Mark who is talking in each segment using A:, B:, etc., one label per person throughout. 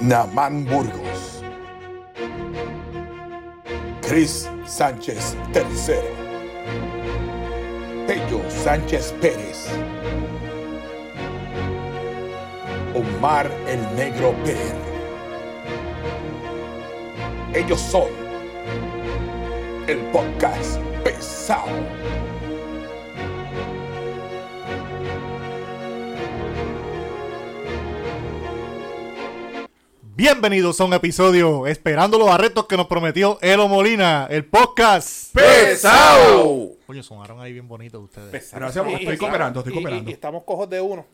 A: Namán Burgos. Cris Sánchez III. Tello Sánchez Pérez. Omar el Negro Pérez. Ellos son el podcast pesado.
B: Bienvenidos a un episodio esperando los arrestos que nos prometió Elo Molina, el podcast.
C: ¡Pesado!
B: Coño, sonaron ahí bien bonitos ustedes.
C: Pesado.
D: Gracias, porque estoy cooperando, estoy
C: Y- y-
D: cooperando.
C: Y, estamos cojos de uno.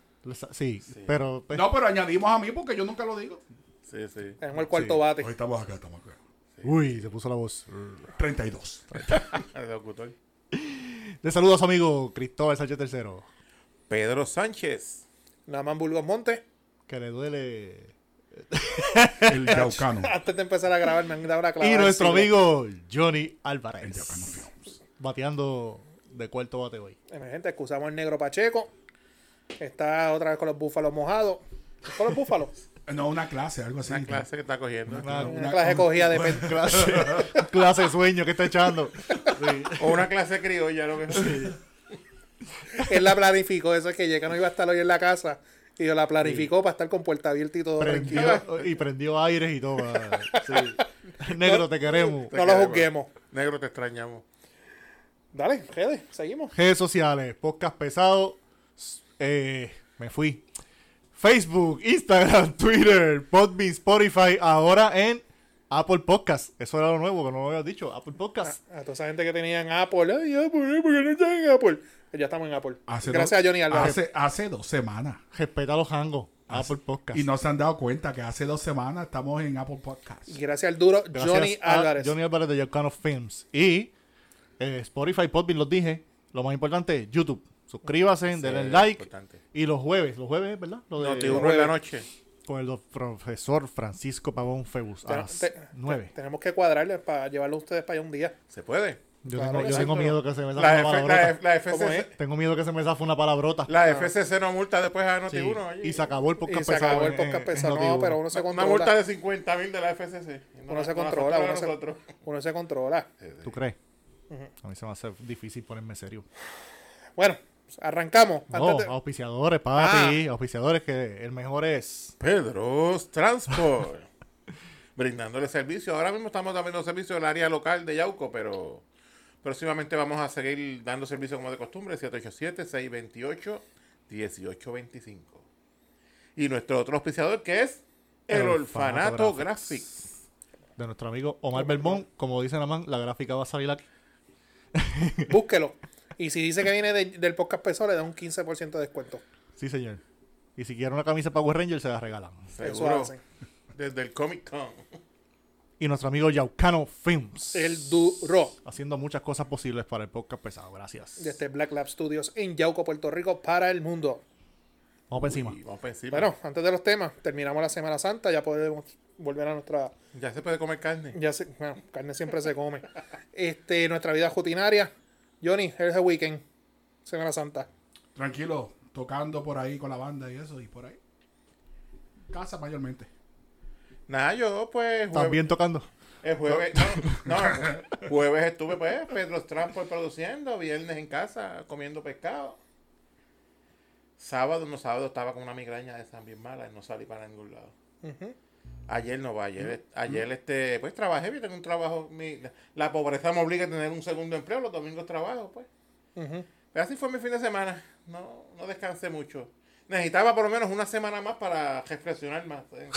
B: Sí, pero pues,
D: No, pero añadimos a mí porque yo nunca lo digo.
E: Sí, sí.
C: Tenemos el cuarto bate.
D: Hoy estamos acá, estamos acá.
B: uy, se puso la voz.
D: 32.
E: El locutor.
B: Le saludo a su amigo Cristóbal Sánchez III,
E: Pedro Sánchez.
C: Namán Burgos Monte.
B: que le duele.
D: El Yaucano.
C: Antes de empezar a grabar, me han dado una clave.
B: Y nuestro amigo Johnny
D: El Yaucano
B: Álvarez,
D: Films. gente,
B: bateando de cuarto bate hoy.
C: gente, excusamos al negro Pacheco. Está otra vez con los búfalos mojados. Con los búfalos.
D: No, una clase, algo así.
E: Una clase que está cogiendo.
C: Una, clase cogida de pe-
B: Clase, clase de sueño que está echando.
E: O una clase criolla, lo que
C: Él la planificó. Eso es que llega, no iba a estar hoy en la casa. Y yo la planificó para estar con puerta abierta y todo tranquilo.
B: Prendió, y prendió aires y todo. ah, sí. Negro, te queremos.
C: No lo juzguemos.
E: Negro, te extrañamos.
C: Dale, Gede, seguimos.
B: redes sociales, podcast pesado, s- eh, me fui. Facebook, Instagram, Twitter, Podbean, Spotify, ahora en Apple Podcast. Eso era lo nuevo, que no lo había dicho. Apple Podcast.
C: A toda esa gente que tenía en Apple. Ay, Apple, ¿por qué no están en Apple? Eh, Ya estamos en Apple.
D: Hace
C: Gracias
D: dos-
C: a Johnny Álvarez.
D: Hace, hace dos semanas.
B: Respeta los hangos. Apple Podcast.
D: Y no se han dado cuenta que hace dos semanas estamos en Apple Podcast.
C: Y Gracias al duro
B: Gracias
C: Johnny
B: a
C: Álvarez.
B: Johnny Álvarez de Yocano Films. Y eh, Spotify, Podbean, los dije. Lo más importante, YouTube. Suscríbase, denle
E: es
B: like.
E: importante.
B: Y los jueves, los jueves, ¿verdad? Lo de-
E: Noti uno en la noche.
B: con el do- profesor Francisco Pavón Febus a
C: Te-
B: las
C: te-
B: 9.
C: te- tenemos que cuadrarle para llevarlo a ustedes para allá un día.
E: ¿Se puede?
B: Yo,
C: Claro
B: tengo,
C: que
B: yo
C: sí,
B: tengo
C: pero
B: miedo que se me zafe
E: La,
B: una
E: F- la,
B: palabrota.
E: F- la
C: ¿Cómo es? Ah.
E: FCC,
B: Tengo miedo que se me zafe una palabrota.
E: la FCC no multa después a Noti
B: Sí.
E: 1. oye.
B: Y se acabó el
C: Y
B: podcast
C: se acabó
B: pesado eh,
C: el
B: en-
C: podcast
B: en
C: pesado.
B: Noti
C: No,
B: Uno.
C: pero uno se
E: Una multa
C: controla.
E: de 50 mil de la FCC. No
C: Uno
E: la-
C: se
E: no la
C: controla.
E: soplaron
C: Uno se,
E: nosotros.
C: uno se controla.
B: ¿Tú crees? A mí se me hace difícil ponerme serio.
C: Bueno, arrancamos.
B: No,
C: Antes de- Ah.
B: auspiciadores, papi. Auspiciadores que el mejor es.
E: Pedro's Transport. Brindándole servicio. Ahora mismo estamos dando servicio al área local de Yauco, pero próximamente vamos a seguir dando servicio como de costumbre, 787-628-1825. Y nuestro otro auspiciador que es el,
B: El
E: Orfanato,
B: Orfanato
E: Graphics.
B: De nuestro amigo Omar Belmont. Como dice Namán, la gráfica va a salir aquí.
C: búsquelo. Y si dice que viene de- del podcast pesado, le da un 15% de descuento.
B: Sí, señor. Y si quiere una camisa Power Ranger, se la regalan.
C: Eso
E: Seguro.
C: hacen.
E: Desde el Comic Con.
B: Y nuestro amigo Yaucano Films.
C: El duro
B: Haciendo muchas cosas posibles para el podcast pesado. Gracias.
C: desde este Black Lab Studios en Yauco, Puerto Rico, para el mundo.
B: Vamos para encima.
E: Y vamos para encima.
C: Bueno, antes de los temas, terminamos la Semana Santa. Ya podemos volver a nuestra
E: ya se puede comer carne.
C: Ya se, bueno, carne siempre se come. Este, nuestra vida rutinaria. Johnny, here's the weekend. Semana Santa.
D: Tranquilo, tocando por ahí con la banda y eso, y por ahí. Casa mayormente.
E: Nada, yo pues jueves,
B: También tocando.
E: el jueves, no, no, jueves estuve pues Pedro's Transport produciendo, viernes en casa comiendo pescado. Sábado, no sábado estaba con una migraña de esas bien mala, no salí para ningún lado. Ayer no va, ayer, ayer este, pues trabajé, yo tengo un trabajo, mi- la pobreza me obliga a tener un segundo empleo, los domingos trabajo, pues. Pero así fue mi fin de semana, no, no descansé mucho. Necesitaba por lo menos una semana más para reflexionar más. ¿eh?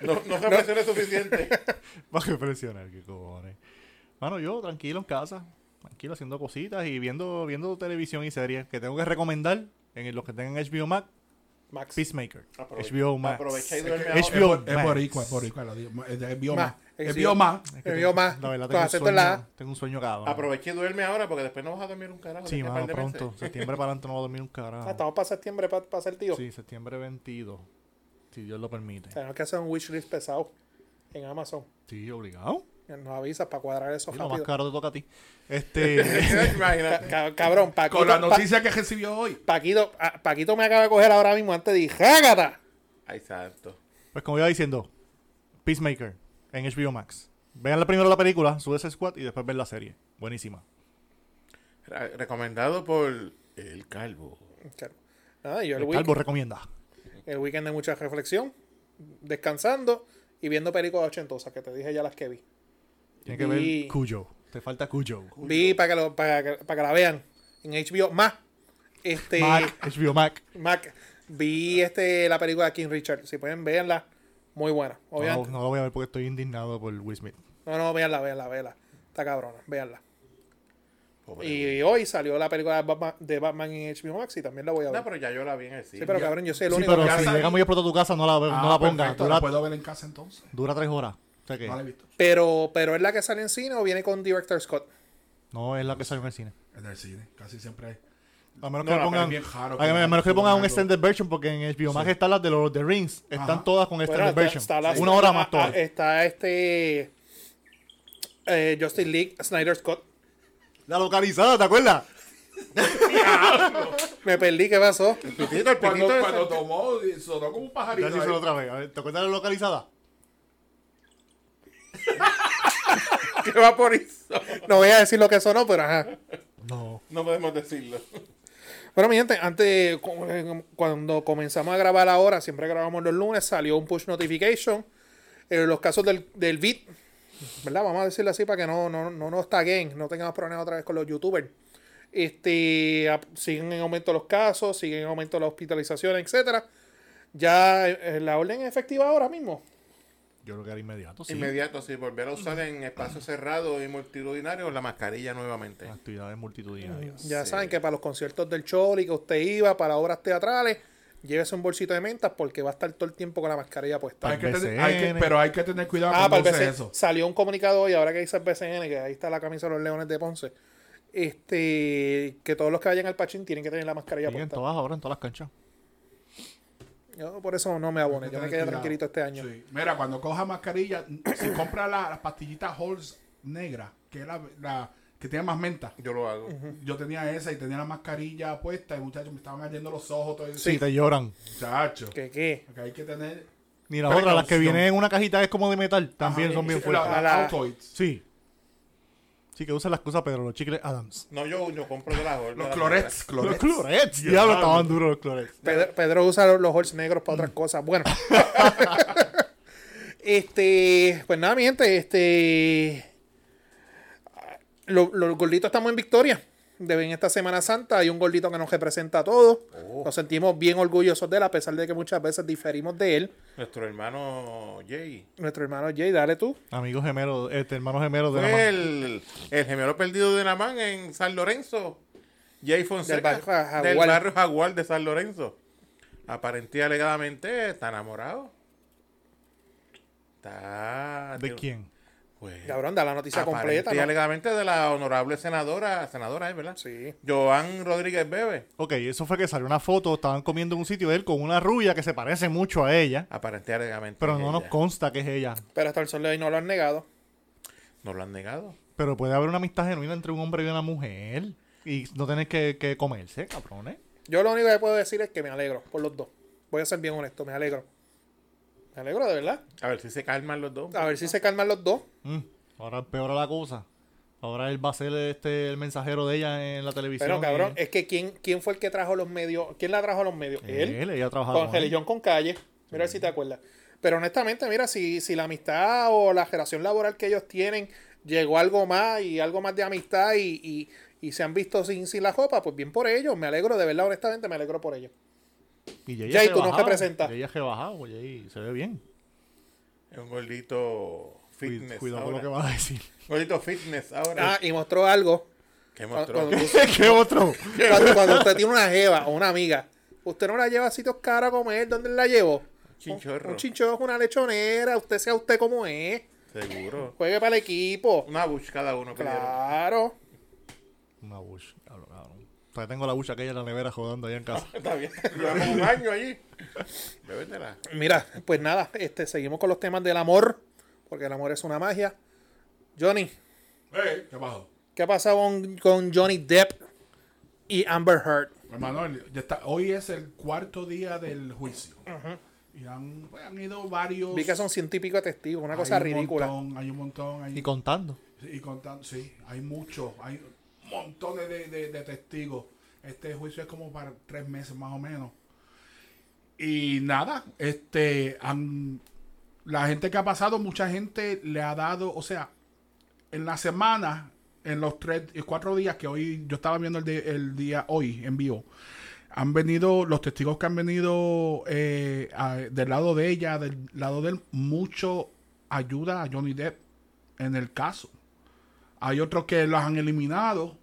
E: No, no reflexioné suficiente.
B: Va a presionar, qué cojones. Mano, yo tranquilo en casa, tranquilo haciendo cositas y viendo, viendo televisión y series que tengo que recomendar en los que tengan HBO Max,
C: Max.
B: Peacemaker.
E: Aprovecha-
B: HBO Max.
E: aprovecha y duerme
B: Es
E: ahora.
B: que HBO
D: Es
B: Max.
D: boricua, es boricua. lo digo, Es de bioma.
C: Ma,
D: Es
C: sí.
D: bioma.
B: Es
C: Me
B: tengo-
C: vio más.
B: La verdad,
C: Con
B: tengo un,
C: acento
B: sueño,
C: en la A.
B: tengo un sueño cabrón.
E: Aproveché y duerme ahora porque después no vas a dormir un carajo.
B: Sí,
E: de aquí a
B: mano,
E: par de meses.
B: pronto. Septiembre para adelante no voy a dormir un
C: Ah,
B: carajo.
C: estamos para septiembre para, para ser tío.
B: Sí, septiembre 22. Si Dios lo permite.
C: Tenemos que hacer un wishlist pesado en Amazon.
B: Sí, obligado.
C: Nos avisas para cuadrar eso
B: Y lo más
C: rápido.
B: caro te toca a ti. Este.
C: Ca-
E: Imagínate.
C: ca- cabrón, Paquito,
D: Con la
C: Pa-
D: noticia que recibió hoy.
C: Paquito, ah, Paquito me acaba de coger ahora mismo antes de ¡Jágata!
E: Ay, santo.
B: Pues como iba diciendo, Peacemaker en HBO Max. Vean primero la película, ese Squad y después ven la serie. Buenísima.
E: Re- recomendado por El Calvo.
C: Claro. Ah, yo el,
B: El
C: week-
B: Calvo recomienda.
C: el weekend de mucha reflexión, descansando y viendo películas ochentosas, que te dije ya las que vi.
B: Tiene que
C: Y-
B: ver Cuyo. Te falta Cuyo.
C: Vi para que, lo- para, que- para que la vean en HBO más. Este,
B: Mac, HBO Mac.
C: Mac. Vi este, la película de King Richard. Si pueden, véanla. Muy buena.
B: No,
C: Obviamente.
B: no lo voy a ver porque estoy indignado por Will Smith.
C: No, no, véanla, véanla, véanla. Está cabrona, véanla.
E: Pobre.
C: Y hoy salió la película de Batman, de Batman en HBO Max y también la voy a ver.
E: No, pero ya yo la vi en el
C: sí,
E: cine.
C: pero cabrón, yo soy el
B: Sí,
C: único
B: pero
C: que
B: si
C: sabe.
B: llega muy pronto a tu casa, no la, no la pongas.
D: Ah, perfecto,
B: dura,
D: la puedo ver en casa entonces.
B: dura tres horas. O sea que
D: No la he visto.
C: pero, pero es la que sale en cine o viene con Director Scott.
B: no es la que salió en el cine.
D: En el cine, casi siempre.
B: A menos
E: No,
B: que le
E: la
B: pongan,
D: peli es bien raro,
B: a- a,
D: como
B: menos que le
D: algo-
B: pongan un
D: algo.
B: extended version, porque en HBO Max están las de los The Rings. Están
D: Ajá.
B: todas con extended
C: Bueno,
B: version.
C: está- está la-
B: Una hora más
C: ah,
B: todas.
C: Está este eh, Justin League, Snyder Scott.
B: La localizada, ¿te acuerdas?
C: Me perdí, ¿qué pasó?
E: Pitito, el
D: Cuando,
E: pitito ese-
D: cuando tomó, sonó como un pajarito.
B: Ya se hizo
D: ahí.
B: otra vez. A ver, ¿Te acuerdas de la localizada?
E: que va por eso.
C: No voy a decir lo que sonó, pero ajá.
B: No.
E: No podemos decirlo.
C: Bueno, mi gente, antes, cu- eh, cuando comenzamos a grabar ahora, siempre grabamos los lunes, salió un push notification. Eh, los casos del, del beat, ¿verdad? Vamos a decirlo así para que no, no, no nos taguen, no tengamos problemas otra vez con los youtubers. Este, ap- siguen en aumento los casos, siguen en aumento las hospitalizaciones, etcétera. Ya eh, la orden es efectiva ahora mismo.
B: Yo creo que era inmediato, sí.
E: Inmediato, si volver a usar en espacios cerrados y multitudinarios la mascarilla nuevamente.
B: Actividades multitudinarias.
C: Ya saben que para los conciertos del Choli que usted iba, para obras teatrales, llévese un bolsito de mentas porque va a estar todo el tiempo con la mascarilla puesta.
D: Hay que
B: Para el
D: tener- hay que-
B: BCN.
D: pero hay que tener cuidado
C: Ah, para
D: cuando
C: el
D: uses
C: BCN.
D: eso.
C: Salió un comunicado hoy, ahora que dice el BCN, que ahí está la camisa de los Leones de Ponce. Este, que todos los que vayan al Pachín tienen que tener la mascarilla
B: Siguen
C: puesta.
B: todas ahora en todas las canchas.
C: Yo por eso no me aboné, yo me
D: Tener
C: quedé
D: cuidado.
C: tranquilito este año.
D: Sí. Mira, cuando coja mascarilla, si compra la- las pastillitas Halls negras, que es la, la- que tiene más menta.
E: Yo lo hago.
D: Yo tenía esa y tenía la mascarilla puesta y muchachos me estaban cayendo los ojos todo el
B: Sí, te lloran.
D: Muchachos.
C: ¿Qué qué?
D: Hay que tener
B: Ni las
D: Pero
B: otras, las que
D: no,
B: vienen en una cajita que es como de metal, también
D: Ajá,
B: son bien
D: sí, la-
B: fuertes.
D: la
C: La-
D: Altoids.
B: Sí. Sí, que usan las cosas, pero los chicles Adams.
E: No, yo, yo compro de las
D: Los clorets,
B: Los
D: clorets.
B: clorets. Diablo, estaban duros los clorets.
C: Pedro, Pedro usa los horse negros para
D: Mm.
C: otras cosas. Bueno. este, pues nada, mi gente, este. lo- Los gorditos estamos en victoria. Deben esta Semana Santa. Hay un gordito que nos representa a todos.
D: Oh.
C: Nos sentimos bien orgullosos de él, a pesar de que muchas veces diferimos de él.
E: Nuestro hermano Jay.
C: Nuestro hermano Jay, dale tú.
B: Amigos gemelos, este, hermanos gemelos de la
E: Fue
B: mano.
E: el, el gemelo perdido de Namán en San Lorenzo. Jay Fonseca.
C: Del barrio Jaguar.
E: del barrio Jaguar de San Lorenzo. Aparentemente, alegadamente, está enamorado. Está.
B: ¿De quién?
E: Pues,
C: Cabrón, da la noticia
E: aparente
C: completa.
E: y
C: ¿no?
E: alegadamente de la honorable senadora, senadora es, ¿verdad?
C: Sí.
E: Joan Rodríguez Bebe.
B: Ok, eso fue que salió una foto, estaban comiendo en un sitio él con una rubia que se parece mucho a ella,
E: Aparente y alegadamente.
B: pero
E: es
B: no nos
E: ella.
B: consta que es ella.
C: Pero hasta el sol de hoy no lo han negado.
E: No lo han negado.
B: Pero puede haber una amistad genuina entre un hombre y una mujer y no tenés que, que comerse, cabrones.
C: Yo lo único que puedo decir es que me alegro por los dos. Voy a ser bien honesto, me alegro. Me alegro de verdad.
E: A ver si se calman los dos.
C: A ver si se calman los dos.
B: Mm, ahora empeora la cosa. Ahora él va a ser este, el mensajero de ella en la televisión.
C: Pero cabrón,
B: eh.
C: es que ¿quién, ¿quién fue el que trajo los medios? ¿Quién la trajo a los medios?
B: él,
C: Él,
B: ella
E: Ah,
B: trabajaba
C: con
B: con él.
C: religión con calle. Mira a ver si te acuerdas. Pero honestamente, mira, si, si la amistad o la relación laboral que ellos tienen llegó a algo más y algo más de amistad y, y- y se han visto sin, sin la jopa, pues bien por ellos. Me alegro, de verdad, honestamente, me alegro por ellos.
B: Y ella
C: Jay,
B: se
C: tú no
B: bajaba,
C: representas.
B: Ella se bajaba, Jay, se ve bien.
E: Es un gordito
B: Cuid-
E: fitness.
B: Cuidado con
E: ahora.
B: lo que vas a decir.
E: Gordito fitness ahora.
C: Ah, y mostró algo.
E: que
C: Cuando,
E: mostró.
C: cuando tú-
B: ¿Qué otro?
C: cuando- cuando usted tiene una jeva o una amiga, usted no la lleva a sitios caros a comer. ¿Dónde la llevo?
E: Chinchorro.
C: Un, un chinchorro, una lechonera. Usted sea usted como es.
E: Seguro.
C: Juegue para el equipo.
E: Una bush cada uno. pidieron.
C: Claro.
B: Una bush, cabrón, cabrón. Todavía tengo la bush aquella en la nevera jodando allá en casa.
E: Está bien. Llevamos un año allí. Bébetela.
C: Mira, pues nada, este, seguimos con los temas del amor, porque el amor es una magia. Johnny,
D: Ey, ¿Qué pasó?
C: ¿qué ha pasado con, con Johnny Depp y Amber Heard?
D: Hermano, el- ya está- hoy es el cuarto día del juicio. Y han, pues, han ido varios.
C: Vi que son científicos testigos, una
D: Hay
C: cosa
D: un
C: ridícula.
D: montón, hay un montón. hay-
B: Y contando.
D: Y contando, sí, hay muchos, hay montones de, de- de testigos. Este juicio es como para tres meses más o menos. Y nada, este, han- la gente que ha pasado, mucha gente le ha dado, o sea, en la semana, en los tres, cuatro días que hoy, yo estaba viendo el, de- el día hoy en vivo, han venido, los testigos que han venido eh, a- del lado de ella, del lado de él, mucho ayuda a Johnny Depp en el caso. Hay otros que los han eliminado,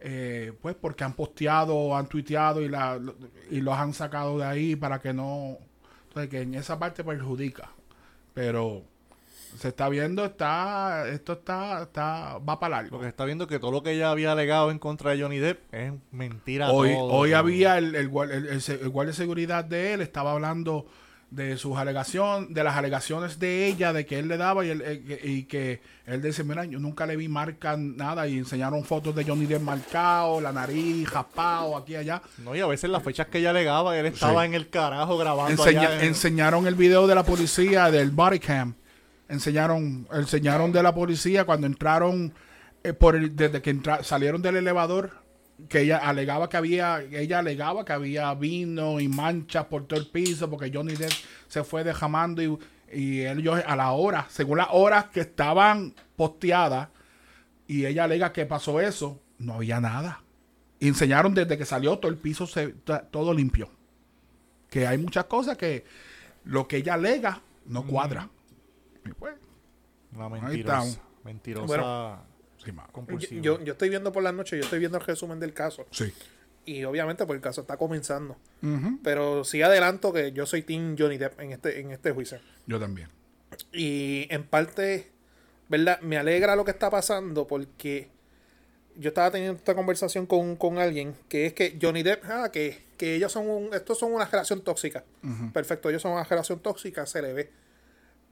D: eh, pues porque han posteado, han tuiteado y, la, y los han sacado de ahí para que no. Entonces, que en esa parte perjudica. Pero se está viendo, está, esto está, está va para largo.
B: Porque está viendo que todo lo que ella había alegado en contra de Johnny Depp es mentira.
D: Hoy,
B: todo.
D: hoy había el, el, guar- el- el se- el guardia de seguridad de él, estaba hablando de sus alegaciones, de las alegaciones de ella, de que él le daba y, él- eh, y que él dice, mira, yo nunca le vi marca nada y enseñaron fotos de Johnny Depp marcado, la nariz, raspado, aquí y allá.
B: No, y a veces las fechas que ella alegaba, él estaba
D: Sí.
B: en el carajo grabando.
D: Enseña-
B: allá en-
D: enseñaron el video de la policía del body cam. Enseñaron, enseñaron de la policía cuando entraron eh, por el, desde que entra- salieron del elevador que ella alegaba que había ella alegaba que había vino y manchas por todo el piso porque Johnny Depp se fue dejamando y, y ellos a la hora según las horas que estaban posteadas y ella alega que pasó eso no había nada Y enseñaron desde que salió todo el piso se- ta- todo limpio que hay muchas cosas que lo que ella alega no cuadra. Y pues,
B: Una
D: Ahí
B: mentirosa.
D: está.
B: Mentirosa
D: pues sí, mano.
B: compulsiva.
C: Yo, yo estoy viendo por la noche, yo estoy viendo el resumen del caso.
D: Sí.
C: Y obviamente porque el caso está comenzando. Pero sí adelanto que yo soy Team Johnny Depp en este, en este juicio.
D: Yo también.
C: Y en parte, ¿verdad? Me alegra lo que está pasando porque yo estaba teniendo esta conversación con, con alguien que es que Johnny Depp, ah, que, que ellos son un, estos son una relación tóxica. Perfecto, ellos son una relación tóxica, se le ve.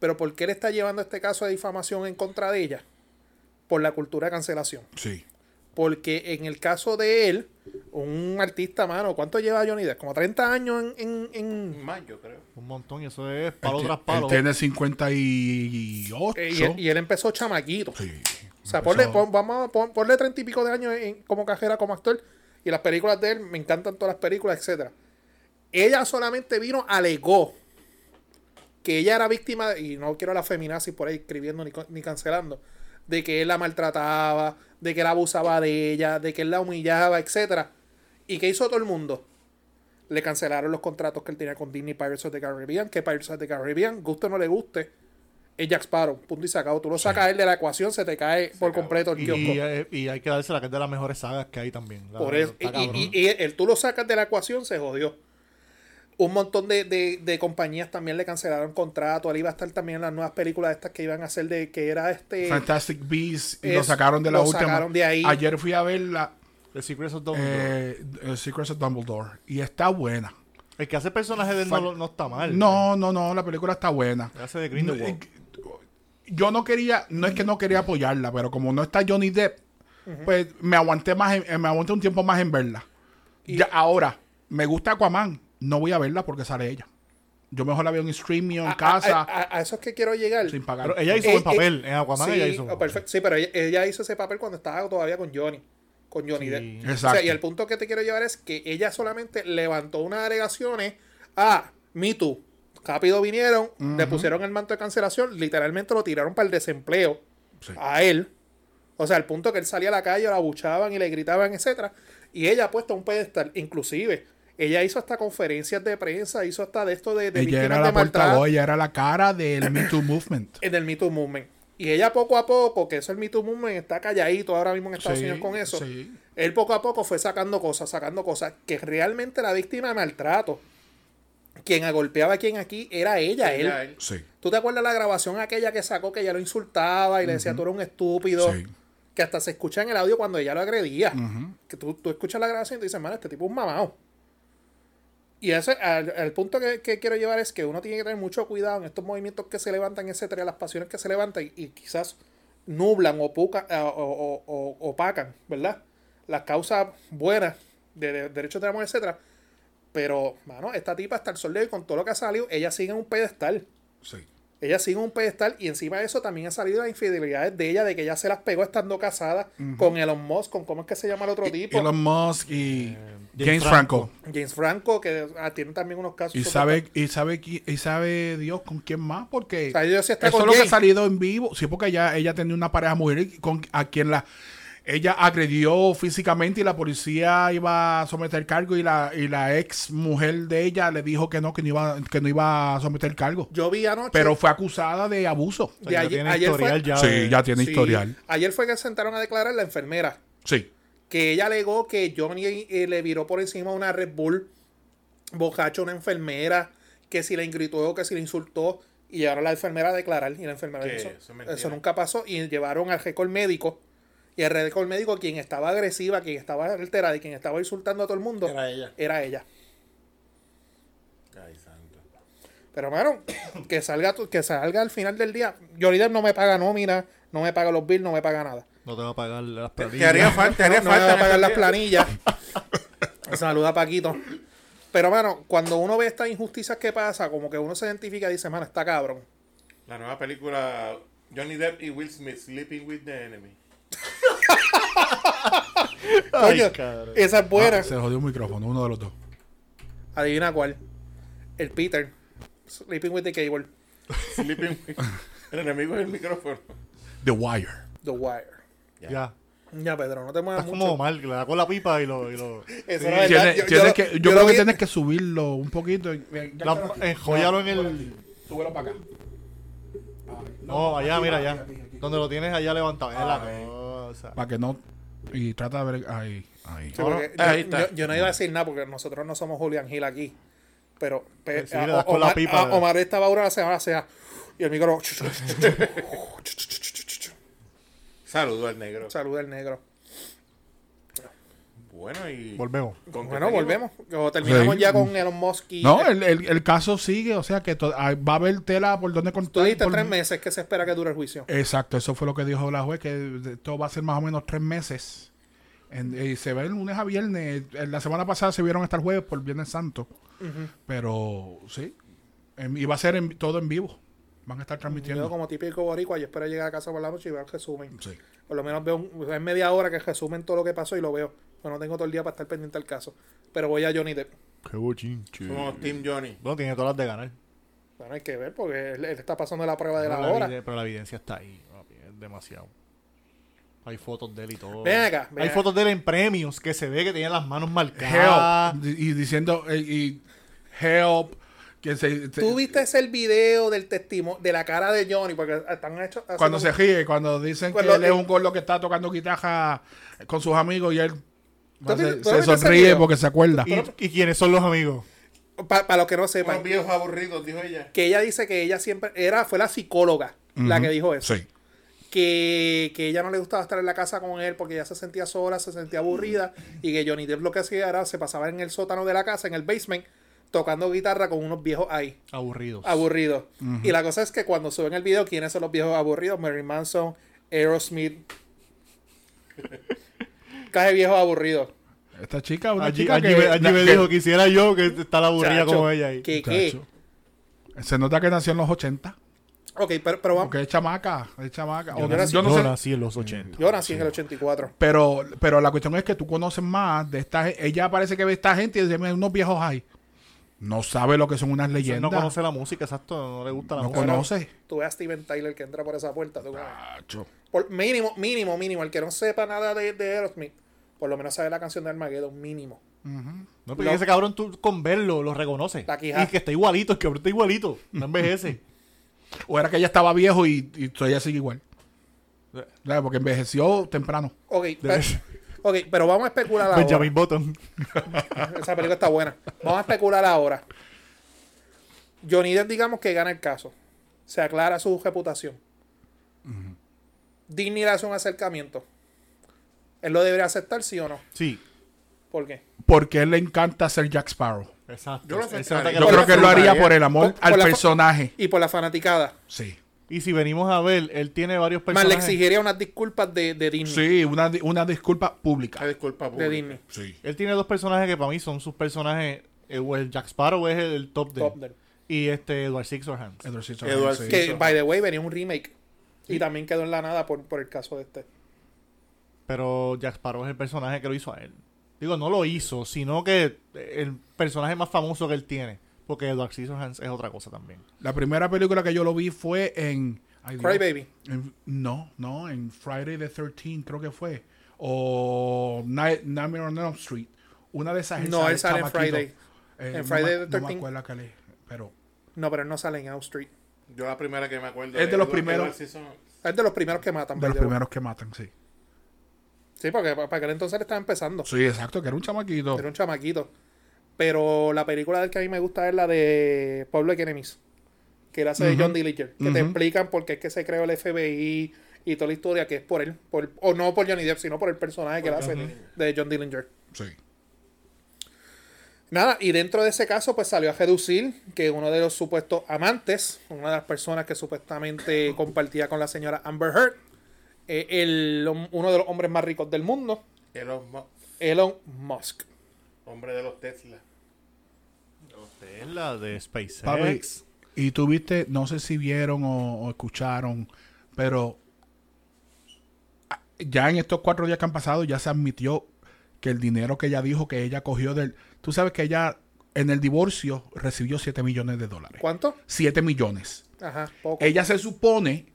C: Pero ¿por qué él está llevando este caso de difamación en contra de ella? Por la cultura de cancelación.
D: Sí.
C: Porque en el caso de él, un artista, mano, ¿cuánto lleva Johnny Depp? Como 30 años en- en- en,
E: Más, yo creo.
B: Un montón, y eso es palo
D: Él
B: tras
D: ti- él
B: palo.
D: tiene 58.
C: Eh, y, él, y él empezó chamaquito.
D: Sí.
C: O sea, ponle, pon- vamos a pon- ponle treinta y pico de años en- como cajera, como actor. Y las películas de él, me encantan todas las películas, etcétera. Ella solamente vino, alegó que ella era víctima, de- y no quiero la feminazi por ahí escribiendo ni, co- ni cancelando, de que él la maltrataba, de que él abusaba de ella, de que él la humillaba, etcétera. ¿Y qué hizo todo el mundo? Le cancelaron los contratos que él tenía con Disney Pirates of the Caribbean, que Pirates of the Caribbean, guste o no le guste, es Jack Sparrow, punto y sacado. Tú lo sacas a él de la ecuación, se te cae por
E: acabó.
C: completo el
B: Y,
C: kiosco.
B: eh, y hay que darse la que es de las mejores sagas que hay también. La-
C: Por eso, y,
B: está cabrón.
C: y- y- y el, tú lo sacas de la ecuación, se jodió. Un montón de, de- de compañías también le cancelaron contrato. Él iba a estar también en las nuevas películas estas que iban a hacer de que era este.
D: Fantastic Beasts y lo
C: es-
D: sacaron de la
C: lo
D: última.
C: sacaron de ahí.
D: Ayer fui a ver la
B: The Secrets of Dumbledore.
D: eh, eh, Secrets of Dumbledore y está buena.
B: el que hace personaje de él no, no está mal.
D: No, eh, no, no, la película está buena.
B: El que Hace de Grindelwald.
D: Yo no quería, no es que no quería apoyarla, pero como no está Johnny Depp, pues me aguanté más, en- eh, me aguanté un tiempo más en verla. Ya, ahora, me gusta Aquaman, no voy a verla porque sale ella. Yo mejor la veo en streaming o en
C: a,
D: casa,
C: A, a- a eso es que quiero llegar.
D: sin pagar.
B: Pero ella hizo
C: Eh,
B: buen
C: eh,
B: papel. en Aquaman
C: sí,
B: ella hizo. un
C: oh,
B: papel.
C: perfecto. Sí, pero ella, ella hizo ese papel cuando estaba todavía con Johnny. Con Johnny
B: Sí.
C: Depp.
D: Exacto.
C: O sea, y el punto que te quiero llevar es que ella solamente levantó unas alegaciones a Me Too. Rápido vinieron, le pusieron el manto de cancelación, literalmente lo tiraron para el desempleo
D: Sí.
C: a él. O sea, al punto que él salía a la calle, la abuchaban y le gritaban, etcétera. Y ella ha puesto un pedestal, inclusive. Ella hizo hasta conferencias de prensa, hizo hasta de esto de, de
D: ella
C: víctimas
D: era
C: de
D: la
C: maltrato
D: portavoz, ella era la cara del Me Too Movement.
C: en el Me Too Movement. Y ella poco a poco, que eso el Me Too Movement está calladito ahora mismo en Estados
D: Sí,
C: Unidos con eso,
D: sí.
C: él poco a poco fue sacando cosas, sacando cosas, que realmente la víctima de maltrato, quien agolpeaba a quien aquí, era ella, él.
E: Ella, él.
D: Sí.
C: ¿Tú te acuerdas la grabación aquella que sacó que ella lo insultaba y le decía tú eres un estúpido?
D: Sí.
C: Que hasta se escucha en el audio cuando ella lo agredía. Que tú, tú escuchas la grabación y te dices, mano, este tipo es un mamado. Y ese, al, al punto que, que quiero llevar es que uno tiene que tener mucho cuidado en estos movimientos que se levantan, etcétera, las pasiones que se levantan y, y quizás nublan o, puca- eh, o- o- o- opacan, ¿verdad? Las causas buenas de, de derechos de la mujer, etcétera. Pero, mano, esta tipa hasta el sol de hoy, con todo lo que ha salido, ella sigue en un pedestal.
D: Sí.
C: Ella sigue en un pedestal y encima de eso también ha salido las infidelidades de ella, de que ella se las pegó estando casada con Elon Musk, con cómo es que se llama el otro tipo,
D: Elon Musk y
B: James
D: Eh, James Franco.
C: James Franco, que ah, tiene también unos casos.
D: Y
C: súper-
D: sabe, y, sabe, qui- y sabe Dios con quién más, porque
C: O sea, Dios sí está
D: eso
C: con
D: es lo que ha
C: Jay.
D: salido en vivo. Sí, porque ella, ella tenía una pareja mujer y con, a quien la ella agredió físicamente y la policía iba a someter cargo y la, y la ex mujer de ella le dijo que no, que no iba, que no iba a someter cargo.
C: Yo vi anoche.
D: Pero fue acusada de abuso.
B: O sea,
C: de
B: ya
C: ayer-
B: tiene
C: ayer fue-
B: historial ya de-
D: Sí, ya tiene
C: Sí.
D: historial.
C: Ayer fue que sentaron a declarar la enfermera,
D: Sí.
C: que ella alegó que Johnny eh, le viró por encima una Red Bull, bocacho a una enfermera, que si le gritó, que si le insultó, y llevaron a la enfermera a declarar, y la enfermera
E: ¿Qué?
C: eso,
E: Eso es mentira.
C: eso nunca pasó, y llevaron al récord médico, y el récord médico, quien estaba agresiva, quien estaba alterada y quien estaba insultando a todo el mundo,
E: Era ella.
C: Era ella.
E: Ay, santo.
C: Pero bueno, que salga, tu- que salga al final del día. Johnny Depp no me paga nómina, no me paga los bills, no me paga nada.
B: No te va a pagar las
E: Te haría
B: planillas.
E: falta, te haría
C: no me
E: falta.
C: va a
E: en
C: pagar
E: estos
C: las
E: días.
C: planillas. Saluda a Paquito. Pero, mano, cuando uno ve estas injusticias que pasa, como que uno se identifica y dice, mano, está cabrón.
E: La nueva película Johnny Depp y Will Smith, Sleeping with the Enemy.
B: Ay,
C: Coño,
B: cabrón.
C: esa es buena.
D: Ah, se jodió un micrófono, uno de los dos.
C: Adivina cuál. El Peter. Sleeping with the Cable.
E: Sleeping with. El enemigo es el micrófono.
D: The Wire.
C: The Wire.
B: Ya.
C: Ya, Pedro, no te muevas
B: Estás
C: mucho.
B: como mal, le da con la pipa y lo. Y lo
C: Eso era verdad.
D: Tiene- tienes
C: lo-
D: que- yo,
C: yo lo
D: creo que
C: vi-
D: tienes que subirlo un poquito. eh,
B: la- enjóllalo en el.
D: Súbelo para acá.
B: No, allá, mira, allá. Donde lo tienes allá levantado. Es
C: Ah,
B: la cosa.
D: Para que no. Y trata de ver. Ahí. ahí.
C: Sí, porque
B: Ah,
E: Ahora, ahí
C: yo,
E: está.
C: yo- yo no iba a decir nada porque nosotros no somos Julian Hill aquí. Pero pe-
B: Sí, le
C: a-
B: das con la
C: Omar-
B: pipa,
C: a-
B: le das.
C: Omar estaba ahora hacia ahora hacia- y el micro
E: Saludo al negro.
C: saluda el negro.
E: Bueno, y.
B: Volvemos.
E: ¿con qué
C: Bueno,
E: seguimos?
C: volvemos. O terminamos
D: Sí.
C: ya con Elon Musk y
D: No, el, el- el caso sigue, o sea que to- ah, va a haber tela por donde
C: tú
D: cortar.
C: dijiste
D: por-
C: tres meses que se espera que dure el juicio.
D: Exacto, eso fue lo que dijo la juez, que esto va a ser más o menos tres meses. En- y se ve el lunes a viernes. En la semana pasada se vieron hasta el jueves por Viernes Santo. Pero sí, en- y va a ser en- todo en vivo. Van a estar
C: Yo
D: transmitiendo.
C: como típico boricua, yo espero llegar a casa por la noche y ver el resumen.
D: Sí.
C: Por lo menos veo un- es media hora que resumen todo lo que pasó y lo veo. Yo no tengo todo el día para estar pendiente al caso. Pero voy a Johnny Depp.
B: Qué bochinche.
E: Somos Team Johnny.
B: Bueno, tiene todas las de ganar.
C: Bueno, hay que ver porque él, él está pasando la prueba de la
D: Ah,
B: Pero
C: hora.
B: evide- Pero la evidencia está ahí. papi, Es demasiado. Hay fotos de él y todo.
C: Ven acá, ven
B: Hay
C: acá.
B: fotos de él en premios que se ve que tenía las manos marcadas.
C: Ah.
D: Help. Y diciendo, eh, y help. Que se, se-
C: ¿Tú viste ese el video del testimonio de la cara de Johnny? Porque están hechos.
D: Cuando se ríe, cuando dicen
C: Cuando-
D: que él es un gordo que está tocando guitarra con sus amigos y él
C: ¿Tú
D: se,
C: viste- tú
D: se
C: viste ese
D: sonríe
C: video?
D: porque se acuerda.
B: ¿Y, y quiénes son los amigos?
C: Para los que no sepan,
E: Unos viejos aburridos, dijo ella.
C: que ella dice que ella siempre era fue la psicóloga la que dijo eso.
D: Sí.
C: Que, que ella no le gustaba estar en la casa con él porque ella se sentía sola, se sentía aburrida y que Johnny Depp lo que hacía era se pasaba en el sótano de la casa, en el basement, tocando guitarra con unos viejos ahí,
B: Aburridos.
C: aburridos. Y la cosa es que cuando suben el video, ¿quiénes son los viejos aburridos? Mary Manson, Aerosmith. Caje viejos aburridos.
D: Esta chica, una
B: allí
D: chica
B: allí
D: que,
B: me, allí
D: na-
B: me
D: que-
B: dijo que hiciera yo que está la aburrida
C: Chacho,
B: como ella ahí.
C: que-
D: Muchacho. se nota que nació en los 80,
C: Ok, pero, pero vamos.
D: porque es chamaca, es chamaca. O-
B: Yo,
D: Yo,
B: nací,
D: no
B: yo
D: sé,
B: nací en los 80.
C: Yo nací en el 84.
D: pero, pero la cuestión es que tú conoces más de esta gen- ella parece que ve esta gente y dice, "Mira, unos viejos ahí. No sabe lo que son unas
B: O sea,
D: leyendas.
B: no conoce la música, exacto. No le gusta la
D: Pues No
B: música.
D: conoce.
C: Tú ves a Steven Tyler que entra por esa puerta. tú como-
D: Muchacho.
C: por mínimo, mínimo, mínimo. El que no sepa nada de, de Aerosmith, por lo menos sabe la canción de Armageddon, mínimo.
B: No, pero ese cabrón tú con verlo lo reconoce.
C: La quijada.
B: Y que está igualito, el cabrón está igualito. No envejece.
D: O era que ella estaba viejo y, y todavía sigue igual.
B: Eh.
D: Claro, porque envejeció temprano.
C: Ok, pero, ok, pero vamos a especular
D: Ah,
C: ahora.
B: Benjamin Button.
C: Esa película está buena. Vamos a especular ahora. Johnny Depp, digamos que gana el caso. Se aclara su reputación. Disney le hace un acercamiento. ¿Él lo debería aceptar, sí o no?
B: Sí.
C: ¿Por qué?
D: Porque a él le encanta ser Jack Sparrow.
B: Exacto.
E: Yo lo
B: Ese
E: aceptaría.
B: ataque
D: Yo
B: lo-
D: creo que lo haría por el amor
C: Por- por
D: al
C: la fa-
D: personaje.
C: Y por la fanaticada.
D: Sí.
B: Y si venimos a ver, él tiene varios
C: Más le
B: personajes.
C: exigiría unas disculpas de, de Disney.
D: Sí, una, di- una disculpa
E: Ah,
D: pública.
E: disculpa,
C: De
E: pública.
C: Disney.
D: Sí.
B: Él tiene dos personajes que para mí son sus personajes eh, o el Jack Sparrow es el top de
C: Top del-
B: Y este Edward Scissorhands.
D: Edward Scissorhands,
E: Edward
D: sí.
C: Que,
E: eso.
C: by the way, venía un remake. Y también quedó en la nada por, por el caso de este.
B: Pero Jack Sparrow es el personaje que lo hizo a él. Digo, no lo hizo, sino que el personaje más famoso que él tiene. Porque Edward Scissorhands es otra cosa también.
D: La primera película que yo lo vi fue en. ay, Dios.
C: Cry Baby.
D: En- no, no, en Friday the 13 creo que fue. O Night, Nightmare on Elm Street. Una de esas. él
C: No, él sale en
D: chamaquito.
C: Friday.
D: Eh,
C: En
D: no
C: Friday the
D: me- No me
C: 13.
D: acuerdo cuál es, pero.
C: No, pero él no sale en Out Street.
E: Yo la primera que me acuerdo.
D: Es de los primeros.
E: Edward Scissorhands.
C: Es de los primeros que matan.
D: De
C: by
D: los
C: the way.
D: primeros que matan, sí.
C: Sí, porque para aquel entonces él estaba empezando.
D: Sí, exacto, que era un chamaquito.
C: Era un chamaquito. Pero la película del que a mí me gusta es la de Public Enemies. Que él hace de John Dillinger. Que te explican por qué es que se creó el FBI y toda la historia que es por él. por- o no por Johnny Depp, sino por el personaje que él hace de John Dillinger.
D: Sí.
C: Nada, y dentro de ese caso, pues salió a reducir que uno de los supuestos amantes, una de las personas que supuestamente compartía con la señora Amber Heard, eh, el, hom- uno de los hombres más ricos del mundo,
E: Elon Musk,
C: Elon Musk.
E: hombre de los Tesla.
B: Es la de SpaceX.
D: Papi, y tuviste, no sé si vieron o, o escucharon, pero ah, ya en estos cuatro días que han pasado ya se admitió que el dinero que ella dijo que ella cogió del... Tú sabes que ella en el divorcio recibió 7 millones de dólares.
C: ¿Cuánto?
D: 7 millones.
C: Ajá, poco.
D: Ella se supone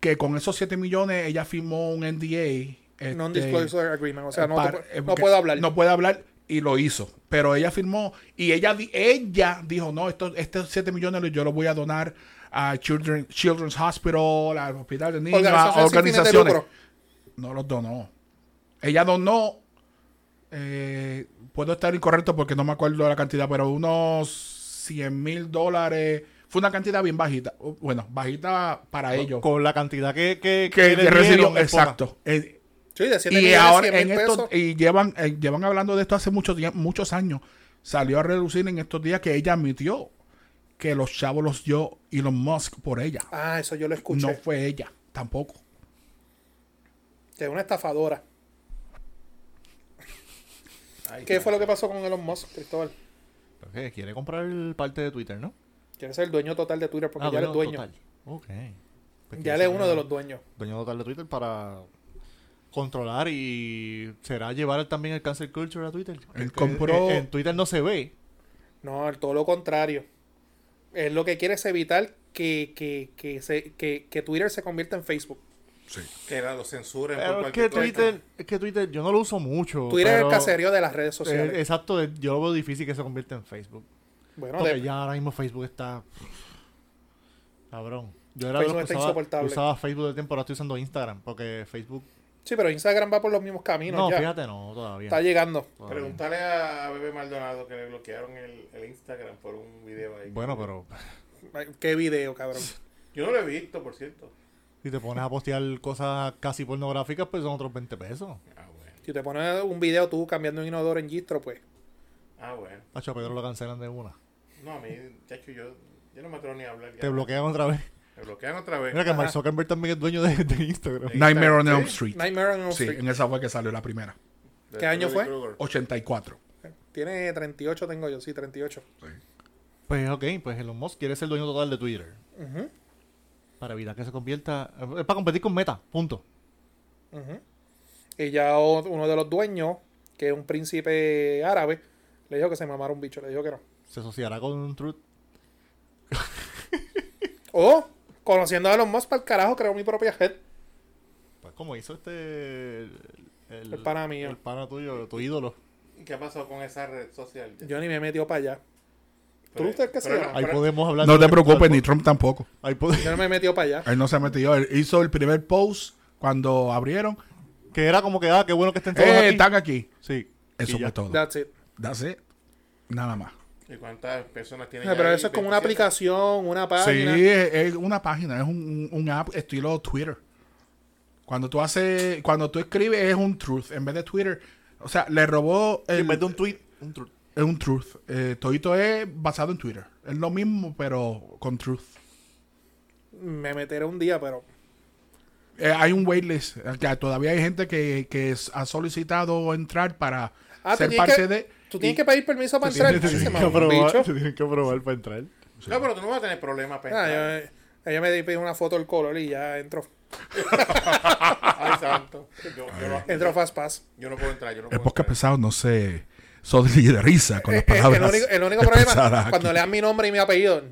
D: que con esos 7 millones ella firmó un NDA. este,
C: Non-disclosure agreement. O sea, no,
D: par-
C: te-
D: eh,
C: no
D: porque
C: puedo hablar.
D: No puede hablar y lo hizo. Pero ella firmó y ella, di- ella dijo, no, estos, estos 7 millones yo los voy a donar a Children, Children's Hospital, al Hospital de Niños, a
C: Organizaciones sin fines de
D: organizaciones.
C: lucro.
D: No los donó. Ella donó, eh, puedo estar incorrecto porque no me acuerdo la cantidad, pero unos 100 mil dólares. Fue una cantidad bien bajita. Bueno, bajita para ellos.
B: Con la cantidad que, que,
D: Que,
B: le
D: que
B: dieron,
D: recibió,
B: es poca.
D: exacto. Eh,
C: Sí, de 7
D: y
C: millones,
D: ahora
C: 100
D: en
C: mil
D: estos,
C: pesos.
D: y llevan, eh, llevan hablando de esto hace muchos días, muchos años. Salió a relucir en estos días que ella admitió que los chavos los dio Elon Musk por ella.
C: Ah, eso yo lo escuché.
D: No fue ella, tampoco.
C: Que es una estafadora.
E: Ay,
C: ¿Qué fue lo que pasó con Elon Musk, Cristóbal?
B: Pero que Quiere comprar el parte de Twitter, ¿no?
C: Quiere ser el dueño total de Twitter porque
B: Ah,
C: ya eres
B: dueño
C: dueño.
B: total. Ok. Pues
C: Ya
B: quiere
C: él es
B: ser
C: uno de los dueños.
B: Dueño total de Twitter para controlar y será llevar también el cancel culture a Twitter.
D: Él
B: Que-
D: compró-
B: En, en Twitter no se ve.
C: No, el- todo lo contrario. Él lo que quiere es evitar que, que, que, se, que, que Twitter se convierta en Facebook.
E: Que era los censuren
B: Pero
E: por
B: es que
E: cualquier cosa.
B: Twitter, es que Twitter yo no lo uso mucho.
C: Twitter
B: pero-
C: es el caserío de las redes
B: Eh,
C: sociales.
B: exacto, eh, yo lo veo difícil que se convierta en Facebook.
C: bueno,
B: Porque
C: de-
B: ya ahora mismo Facebook está. Cabrón. Yo era de
C: Facebook
B: los que
C: está
B: usaba,
C: insoportable.
B: usaba Facebook de tiempo, ahora estoy usando Instagram. Porque Facebook.
C: sí, pero Instagram va por los mismos caminos
B: No,
C: ya.
B: fíjate, no, todavía.
C: Está llegando.
B: Todavía.
E: Preguntarle a Bebe Maldonado que le bloquearon el, el Instagram por un video ahí.
B: Bueno, pero
C: Ay, Qué video, cabrón.
E: Yo no lo he visto, por cierto.
B: si te pones a postear cosas casi pornográficas, pues son otros 20 pesos.
E: Ah, bueno.
C: Si te pones un video tú cambiando un inodoro en Gistro, pues.
E: Ah, bueno.
B: Tacho, a Pedro lo cancelan de una.
E: No, a mí, chacho, yo, yo no me atrevo ni a hablar. ya.
B: Te bloquean otra vez.
E: Me bloquean otra vez.
B: Mira que Mark
C: Ajá.
B: Zuckerberg también es dueño de, de Instagram.
D: Nightmare on
E: sí.
D: Elm Street.
C: Nightmare on Elm
D: Sí,
C: Street.
D: en esa fue que salió la primera.
E: De
C: ¿qué año
E: Freddy
C: fue?
E: Krueger.
D: 84.
C: Tiene 38, tengo yo, sí, 38.
B: Pues ok, pues Elon Musk quiere ser dueño total de Twitter. Para evitar que se convierta. Es para competir con Meta, punto.
C: Y ya o- uno de los dueños, que es un príncipe árabe, le dijo que se mamara un bicho, le dijo que no.
B: Se asociará con Truth.
C: O, conociendo a Elon Musk para el carajo, creo mi propia red.
B: Pues como hizo este. El,
C: El pana mío.
B: El pana tuyo, tu ídolo.
E: ¿Y qué ha pasado con esa red social?
C: Yo ni me he metido para allá.
E: Pero-
C: ¿Tú usted qué se
E: pero-
C: llama?
B: Ahí
E: pero-
B: podemos hablar.
D: No
B: de-
D: te preocupes,
B: ahí
D: ni
B: po-
D: Trump tampoco.
B: Ahí pod-
C: Yo no me he metido para allá.
D: Él no se metió. Él hizo el primer post cuando abrieron.
B: que era como que, ah, qué bueno que estén todos
D: Eh,
B: aquí.
D: están aquí.
B: Sí.
D: Eso
B: y ya.
D: fue todo.
C: That's it.
D: That's it. Nada más.
E: ¿Y cuántas personas tienen?
C: No,
E: ya
C: pero
E: ahí?
C: eso es como una
E: 27.
C: aplicación, una página.
D: Sí, es, es una página, es un, un- un app estilo Twitter. Cuando tú haces, cuando tú escribes es un truth en vez de Twitter. O sea, le robó el-
B: En vez de un tweet, un Truth.
D: es un truth. Eh, todito es basado en Twitter. Es lo mismo pero con truth.
C: Me meteré un día, pero
D: Eh, hay un waitlist. eh, O sea, todavía hay gente que, que s- ha solicitado entrar para
C: Ah,
D: ser
C: tenía
D: parte
C: que-
D: de.
C: Tú tienes que pedir permiso para entrar.
B: Tienes te tienen
C: Ese
B: que
C: mamón,
B: aprobar,
C: bicho.
B: te tienen que aprobar para entrar.
E: No, pero tú no vas a tener problemas para
C: Ah,
E: entrar.
C: yo, ella me pidió una foto del color y ya entró.
E: Ay, santo. Yo, yo no,
C: Entró Fast Pass.
E: yo no puedo entrar, yo no
D: El
E: puedo
D: podcast
E: entrar.
D: pesado no se solidariza con las
C: Eh, eh,
D: palabras.
C: el único, el único
D: expresadas
C: problema
D: aquí.
C: cuando lean mi nombre y mi apellido.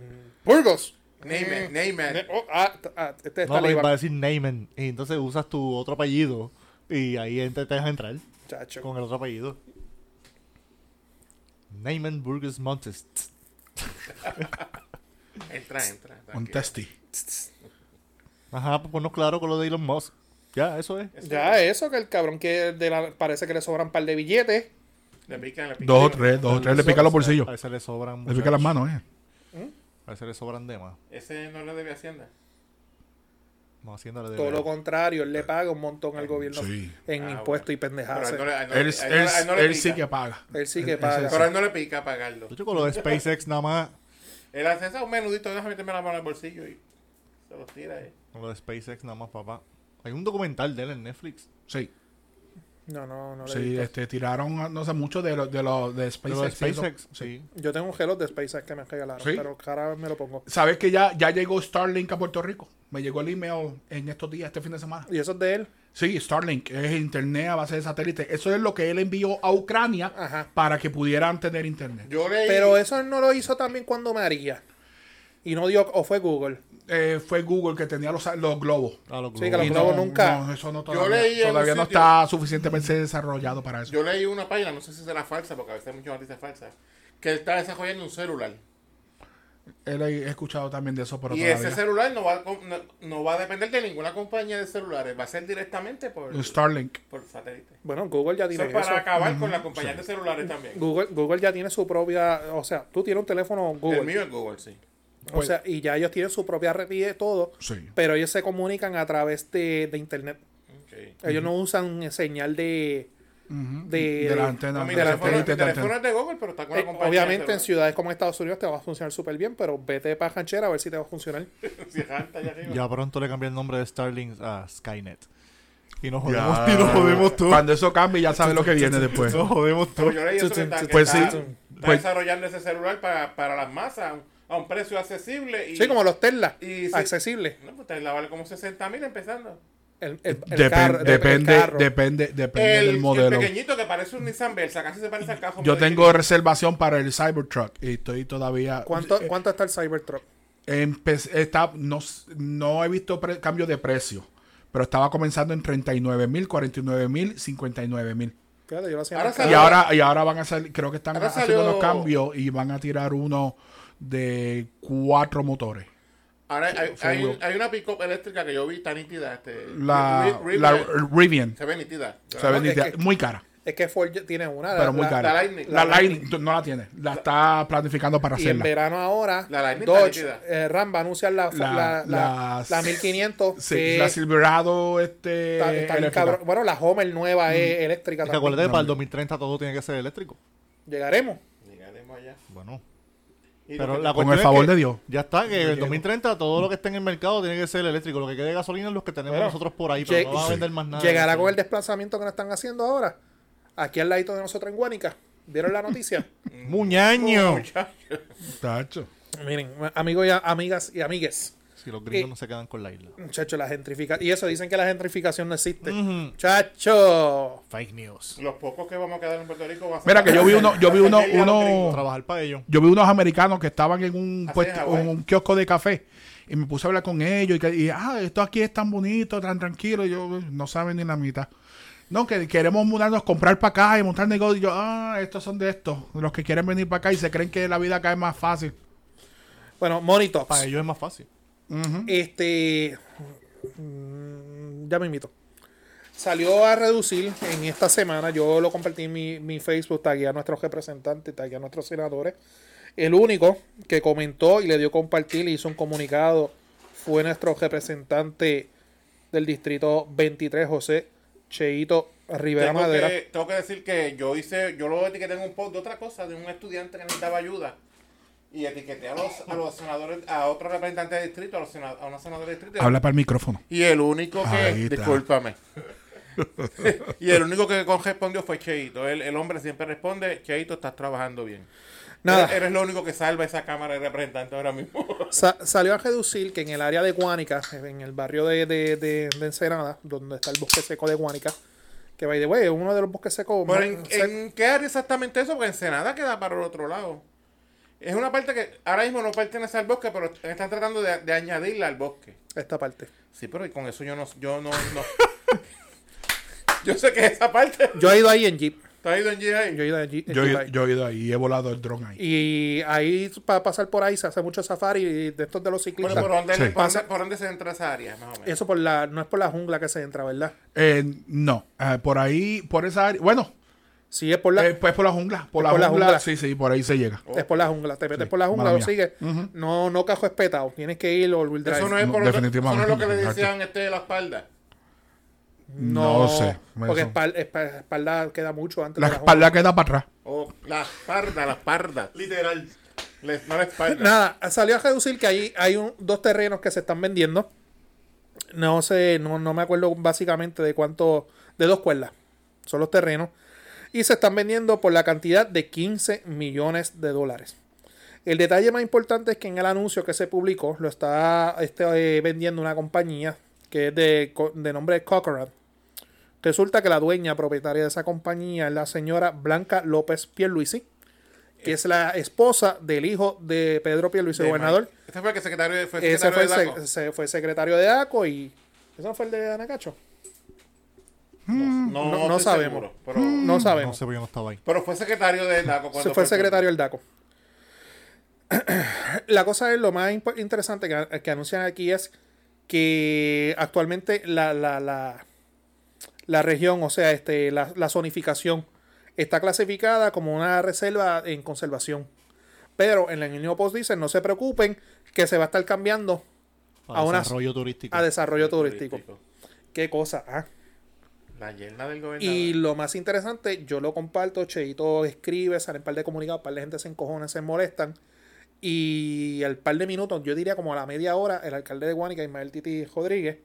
C: Burgos.
E: Neyman, Neyman.
C: Ne- oh, ah, t- ah, este está
B: No, pero
C: arriba.
B: va a decir Neyman. Y entonces usas tu otro apellido y ahí ent- te deja entrar
C: Chacho.
B: con el otro apellido. Neyman Burgess Montes.
E: Entra, entra. tranquilo.
D: Un testi.
B: Ajá, pues ponnos claro con lo de Elon Musk. Ya, eso es.
C: Ya eso, que el cabrón que de la- parece que le sobran un par de billetes.
E: Le pican, le pican.
D: Dos o tres, dos o tres. Le pica los bolsillos.
B: A veces le sobran.
D: Le pica las manos, eh.
B: A veces le sobran de más.
E: Ese no le debe Hacienda.
B: No, haciéndole de
C: Todo lo contrario, él le paga un montón al gobierno
D: Sí.
C: en
E: Ah,
C: impuestos y
E: Pero a
C: pendejadas.
E: él no le, a él no le-
D: Él,
E: a él no- a él no
D: él-
E: le
D: él sí
E: pica.
D: que paga.
C: Él sí que
D: Él-
C: paga.
D: él sí-
E: Pero a él no le pica pagarlo.
B: De hecho, con lo de SpaceX nada más.
E: Él hace eso, un menudito, déjame meterme la mano al bolsillo y se lo tira ahí.
B: Con lo de SpaceX nada más, papá. Hay un documental de él en Netflix.
D: Sí.
C: No, no, no le
D: Sí,
C: digo.
D: este, tiraron, no sé, mucho de los de, lo, de
B: De
D: SpaceX.
B: lo de
D: sí, eso.
B: SpaceX, sí.
C: Yo tengo un gelot de SpaceX que me regalaron,
D: Sí.
C: pero cada vez me lo pongo.
D: ¿Sabes que ya, ya llegó Starlink a Puerto Rico? Me llegó el email en estos días, este fin de semana.
C: Y eso es de él.
D: Sí, Starlink es internet a base de satélite. Eso es lo que él envió a Ucrania
C: Ajá.
D: para que pudieran tener internet.
E: Yo leí.
C: Pero eso él no lo hizo también cuando María. Y no dio, o fue Google.
D: Eh, fue Google que tenía los, los globos.
B: A los
C: Sí, que
B: globos.
C: los
D: Y
C: globos nunca.
D: no, eso no todavía,
E: leí en un
D: todavía no
E: sitio-
D: está suficientemente desarrollado para eso.
E: Yo leí una página, no sé si será falsa, porque a veces hay muchas noticias falsas, que él está desarrollando un celular.
D: Él he escuchado también de eso, pero
E: y
D: todavía.
E: ese celular no va, a com- no, no va a depender de ninguna compañía de celulares, va a ser directamente por,
D: Un Starlink.
E: por satélite.
C: Bueno, Google ya
E: Eso
C: tiene
E: es para
C: eso.
E: acabar con las compañías de celulares también.
C: Google, Google ya tiene su propia, o sea, tú tienes un teléfono
E: El
C: Google,
E: mío pues. es Google, sí.
C: o sea, y ya ellos tienen su propia red y de todo,
D: Sí.
C: pero ellos se comunican a través de, de internet.
E: Ok.
C: Ellos no usan señal de, de,
D: De las antenas.
E: No, mi
D: de las
E: teléfono, mi
D: antenas, de las
E: teléfono
D: antenas.
E: es de Google, pero está con
C: Eh,
E: la compañía.
C: obviamente en
E: de
C: ciudades como Estados Unidos te va a funcionar súper bien, pero vete para ranchera a ver si te va a funcionar.
E: celular. Si janta allá arriba.
B: Ya pronto le cambié el nombre de Starlink a Skynet. Y nos jodemos, y nos jodemos todos.
D: Cuando eso cambie, ya sabes lo que viene después.
B: Nos jodemos
E: Pero
B: todos.
E: yo leí eso que está, que
D: Pues
E: está-
D: sí,
E: está
D: pues-
E: desarrollando ese celular para, para las masas a un, a un precio accesible. Y,
C: Sí, como los Tesla,
E: y sí.
C: accesible.
E: No, pues te la vale como 60 mil empezando.
C: El, el- el
D: Depen-
C: carro- el- el
D: depende,
C: carro.
D: depende, depende
E: el,
D: del modelo.
E: el pequeñito que parece un Nissan Versa, casi se parece al cajón.
D: Yo tengo reservación para el Cybertruck y estoy todavía.
C: ¿Cuánto,
D: eh,
C: ¿Cuánto está el Cybertruck?
D: empe- está, no, s- no he visto pre- cambio de precio, pero estaba comenzando en 39 mil, 49 mil, 59 mil.
C: Fíjate, yo lo hacía
E: Ahora
C: en el
E: sale-
D: Y ahora, y ahora van a salir, creo que están
E: Ahora
D: haciendo
E: salió-
D: unos cambios y van a tirar uno de cuatro motores.
E: Ahora hay,
D: Four
E: hay,
D: wheel.
E: hay una pick-up eléctrica que yo vi tan nítida. Este,
D: La,
E: Ri- Ri-
D: la
E: Rivian.
D: Rivian.
E: se ve nitida.
D: Se ve
C: es
D: nítida,
C: que-
D: muy cara,
C: Es que Ford ya tiene una.
D: pero muy cara.
E: la Lightning.
D: La Lightning no la tiene, la está planificando para
C: Y en
D: hacerla.
C: verano ahora,
E: La Lightning está
C: Dodge,
E: líquida.
C: eh, Ram va a anunciar la, la,
D: La-
C: la,
D: la-
C: la 1500.
D: Sí,
C: que
D: la Silverado, este.
C: está- está bien
D: eléctrica. Mm.
C: cabrón. Bueno, la Homer nueva es eléctrica
B: Es que
C: también.
B: acuérdate que para el 2030 todo tiene que ser eléctrico.
C: Llegaremos.
E: Llegaremos allá.
B: Bueno.
E: Y
B: Pero
E: lo
B: la
E: que-
D: Con
B: cuestión
D: el
B: es
D: favor
B: que
D: de Dios.
B: Ya está, que en el 2030 todo lo que esté en el mercado tiene que ser eléctrico. Lo que quede de gasolina es lo que tenemos
C: Bueno,
B: nosotros por ahí, pero
C: lleg-
B: no va a
C: sí.
B: vender más nada.
C: Llegará con el desplazamiento que nos están haciendo ahora. Aquí al ladito de nosotros en Guánica. ¿Vieron la noticia?
B: ¡Muñaño!
D: Tacho.
C: Miren, amigos y a- amigas y amigues.
B: Si los gringos
C: Eh.
B: no se quedan con la isla.
C: Muchachos, la gentrificación. Y eso dicen que la gentrificación no existe.
B: Ujú.
C: Chacho.
B: Fake news.
E: Los pocos que vamos a quedar en Puerto Rico va a ser-
D: Mira que yo vi uno, yo vi uno,
E: Hacerle a los gringos.
D: uno,
B: Trabajar para ellos.
D: yo vi unos americanos que estaban en un
E: Así
D: puesto-
E: es, Hawái.
D: en un kiosco de café y me puse a hablar con ellos y, que, y, ah, esto aquí es tan bonito, tan tranquilo, y yo no saben ni la mitad. No, que queremos mudarnos, comprar para acá y montar negocio. Y yo, ah, estos son de estos, los que quieren venir para acá y se creen que la vida acá es más fácil.
C: Bueno, Monitox.
B: Para ellos es más fácil.
C: Este. mm, Ya me invito. Salió a reducir en esta semana. Yo lo compartí en mi, mi Facebook. Tagué a nuestros representantes, tagué a nuestros senadores. El único que comentó y le dio compartir y hizo un comunicado fue nuestro representante del distrito 23, José Cheito Rivera
E: tengo
C: Madera.
E: que, tengo que decir que yo hice, yo lo etiqueté en un post de otra cosa, de un estudiante que necesitaba ayuda. Y etiqueté a los, a los senadores, a otro representante de distrito, a, los sena- a una senadora de distrito.
D: Habla para el micrófono.
E: Y el único
D: Ahí
E: que,
D: está.
E: discúlpame, y el único que con- respondió fue Cheito. El, el hombre siempre responde, Cheito, estás trabajando bien.
C: Nada.
E: Eres, eres lo único que salva esa Cámara de Representantes ahora mismo.
C: Sa- salió a reducir que en el área de Guánica, en el barrio de, de, de- de Ensenada, donde está el bosque seco de Guánica, que by the way, es uno de los bosques secos
E: Pero
C: más-
E: en,
C: sec-
E: en qué área exactamente eso? Porque Ensenada queda para el otro lado. Es una parte que ahora mismo no pertenece al bosque, pero están tratando de, de añadirla al bosque.
C: esta parte.
E: Sí, pero con eso yo no... Yo, no, no. yo sé que esa parte...
C: Yo he ido ahí en Jeep.
E: ¿Está ahí, Don G ahí?
C: Yo he ido en Jeep. en
D: Yo,
C: Jeep
D: he-
C: ahí.
D: yo he ido ahí, he volado el dron ahí.
C: Y ahí, para pasar por ahí, se hace mucho safari y de estos de los
E: Bueno,
C: ciclistas.
E: ¿por dónde,
D: Sí.
E: por, dónde, por dónde se entra esa área, más o menos?
C: Eso por la, no es por la jungla que se entra, ¿verdad?
D: Eh, no, eh, por ahí, por esa área. Bueno,
C: Sí, es por la,
D: eh, pues por la jungla. Por, la,
C: por la
D: jungla,
C: jungla.
D: Sí, sí, por ahí se llega.
C: es por la jungla. Te metes
D: Sí,
C: por la jungla,
D: mala
C: lo
D: mía.
C: sigues. No, no cajo espetado. Tienes que ir all wheel drive.
E: Eso no es
D: No,
E: por otro- eso no es
D: definitivamente,
E: lo que le
D: exacto.
E: decían este de la espalda.
D: No sé,
C: Porque
D: eso.
C: espal- espal- espalda queda mucho antes
D: La
C: de la jungla.
D: espalda queda para atrás.
E: O la espalda, la espalda. Literal. no la espalda.
C: Nada, salió a reducir que ahí hay un- dos terrenos que se están vendiendo. No sé, no, no me acuerdo básicamente de cuánto, de dos cuerdas. Son los terrenos. Y se están vendiendo por la cantidad de 15 millones de dólares. El detalle más importante es que en el anuncio que se publicó lo está este, eh, vendiendo una compañía que es de, co- de nombre Cochran. Resulta que la dueña propietaria de esa compañía es la señora Blanca López Pierluisi, que es la esposa del hijo de Pedro Pierluisi,
E: Eh. De
C: gobernador.
E: Mike. Ese fue el que secretario de- fue
C: Ese fue,
E: secretario
C: el
E: de
C: sec-
E: DACO.
C: se- fue secretario de ACO y... ¿Ese no fue el de Anacacho?
E: No,
C: Mm. no- no
E: estoy
C: sabemos. Mm.
E: seguro, pero,
C: No
B: No
C: sabemos.
B: sé por qué no estaba ahí.
E: pero fue secretario de DACO
C: Se
E: cuando
C: fue el secretario del DACO. la cosa es lo más impo- interesante que, que anuncian aquí es que actualmente la, la, la, la región, o sea, este, la, la zonificación, está clasificada como una reserva en conservación. Pero en la New Post dicen, no se preocupen, que se va a estar cambiando
B: Para
C: A una-
B: desarrollo turístico.
C: a desarrollo turístico. Qué cosa, ah?
E: La yerna del gobernador.
C: Y lo más interesante, yo lo comparto, Cheito escribe, salen un par de comunicados, un par de gente se encojona, se molestan. Y al par de minutos, yo diría como a la media hora, el alcalde de Guánica, Ismael Titi Rodríguez,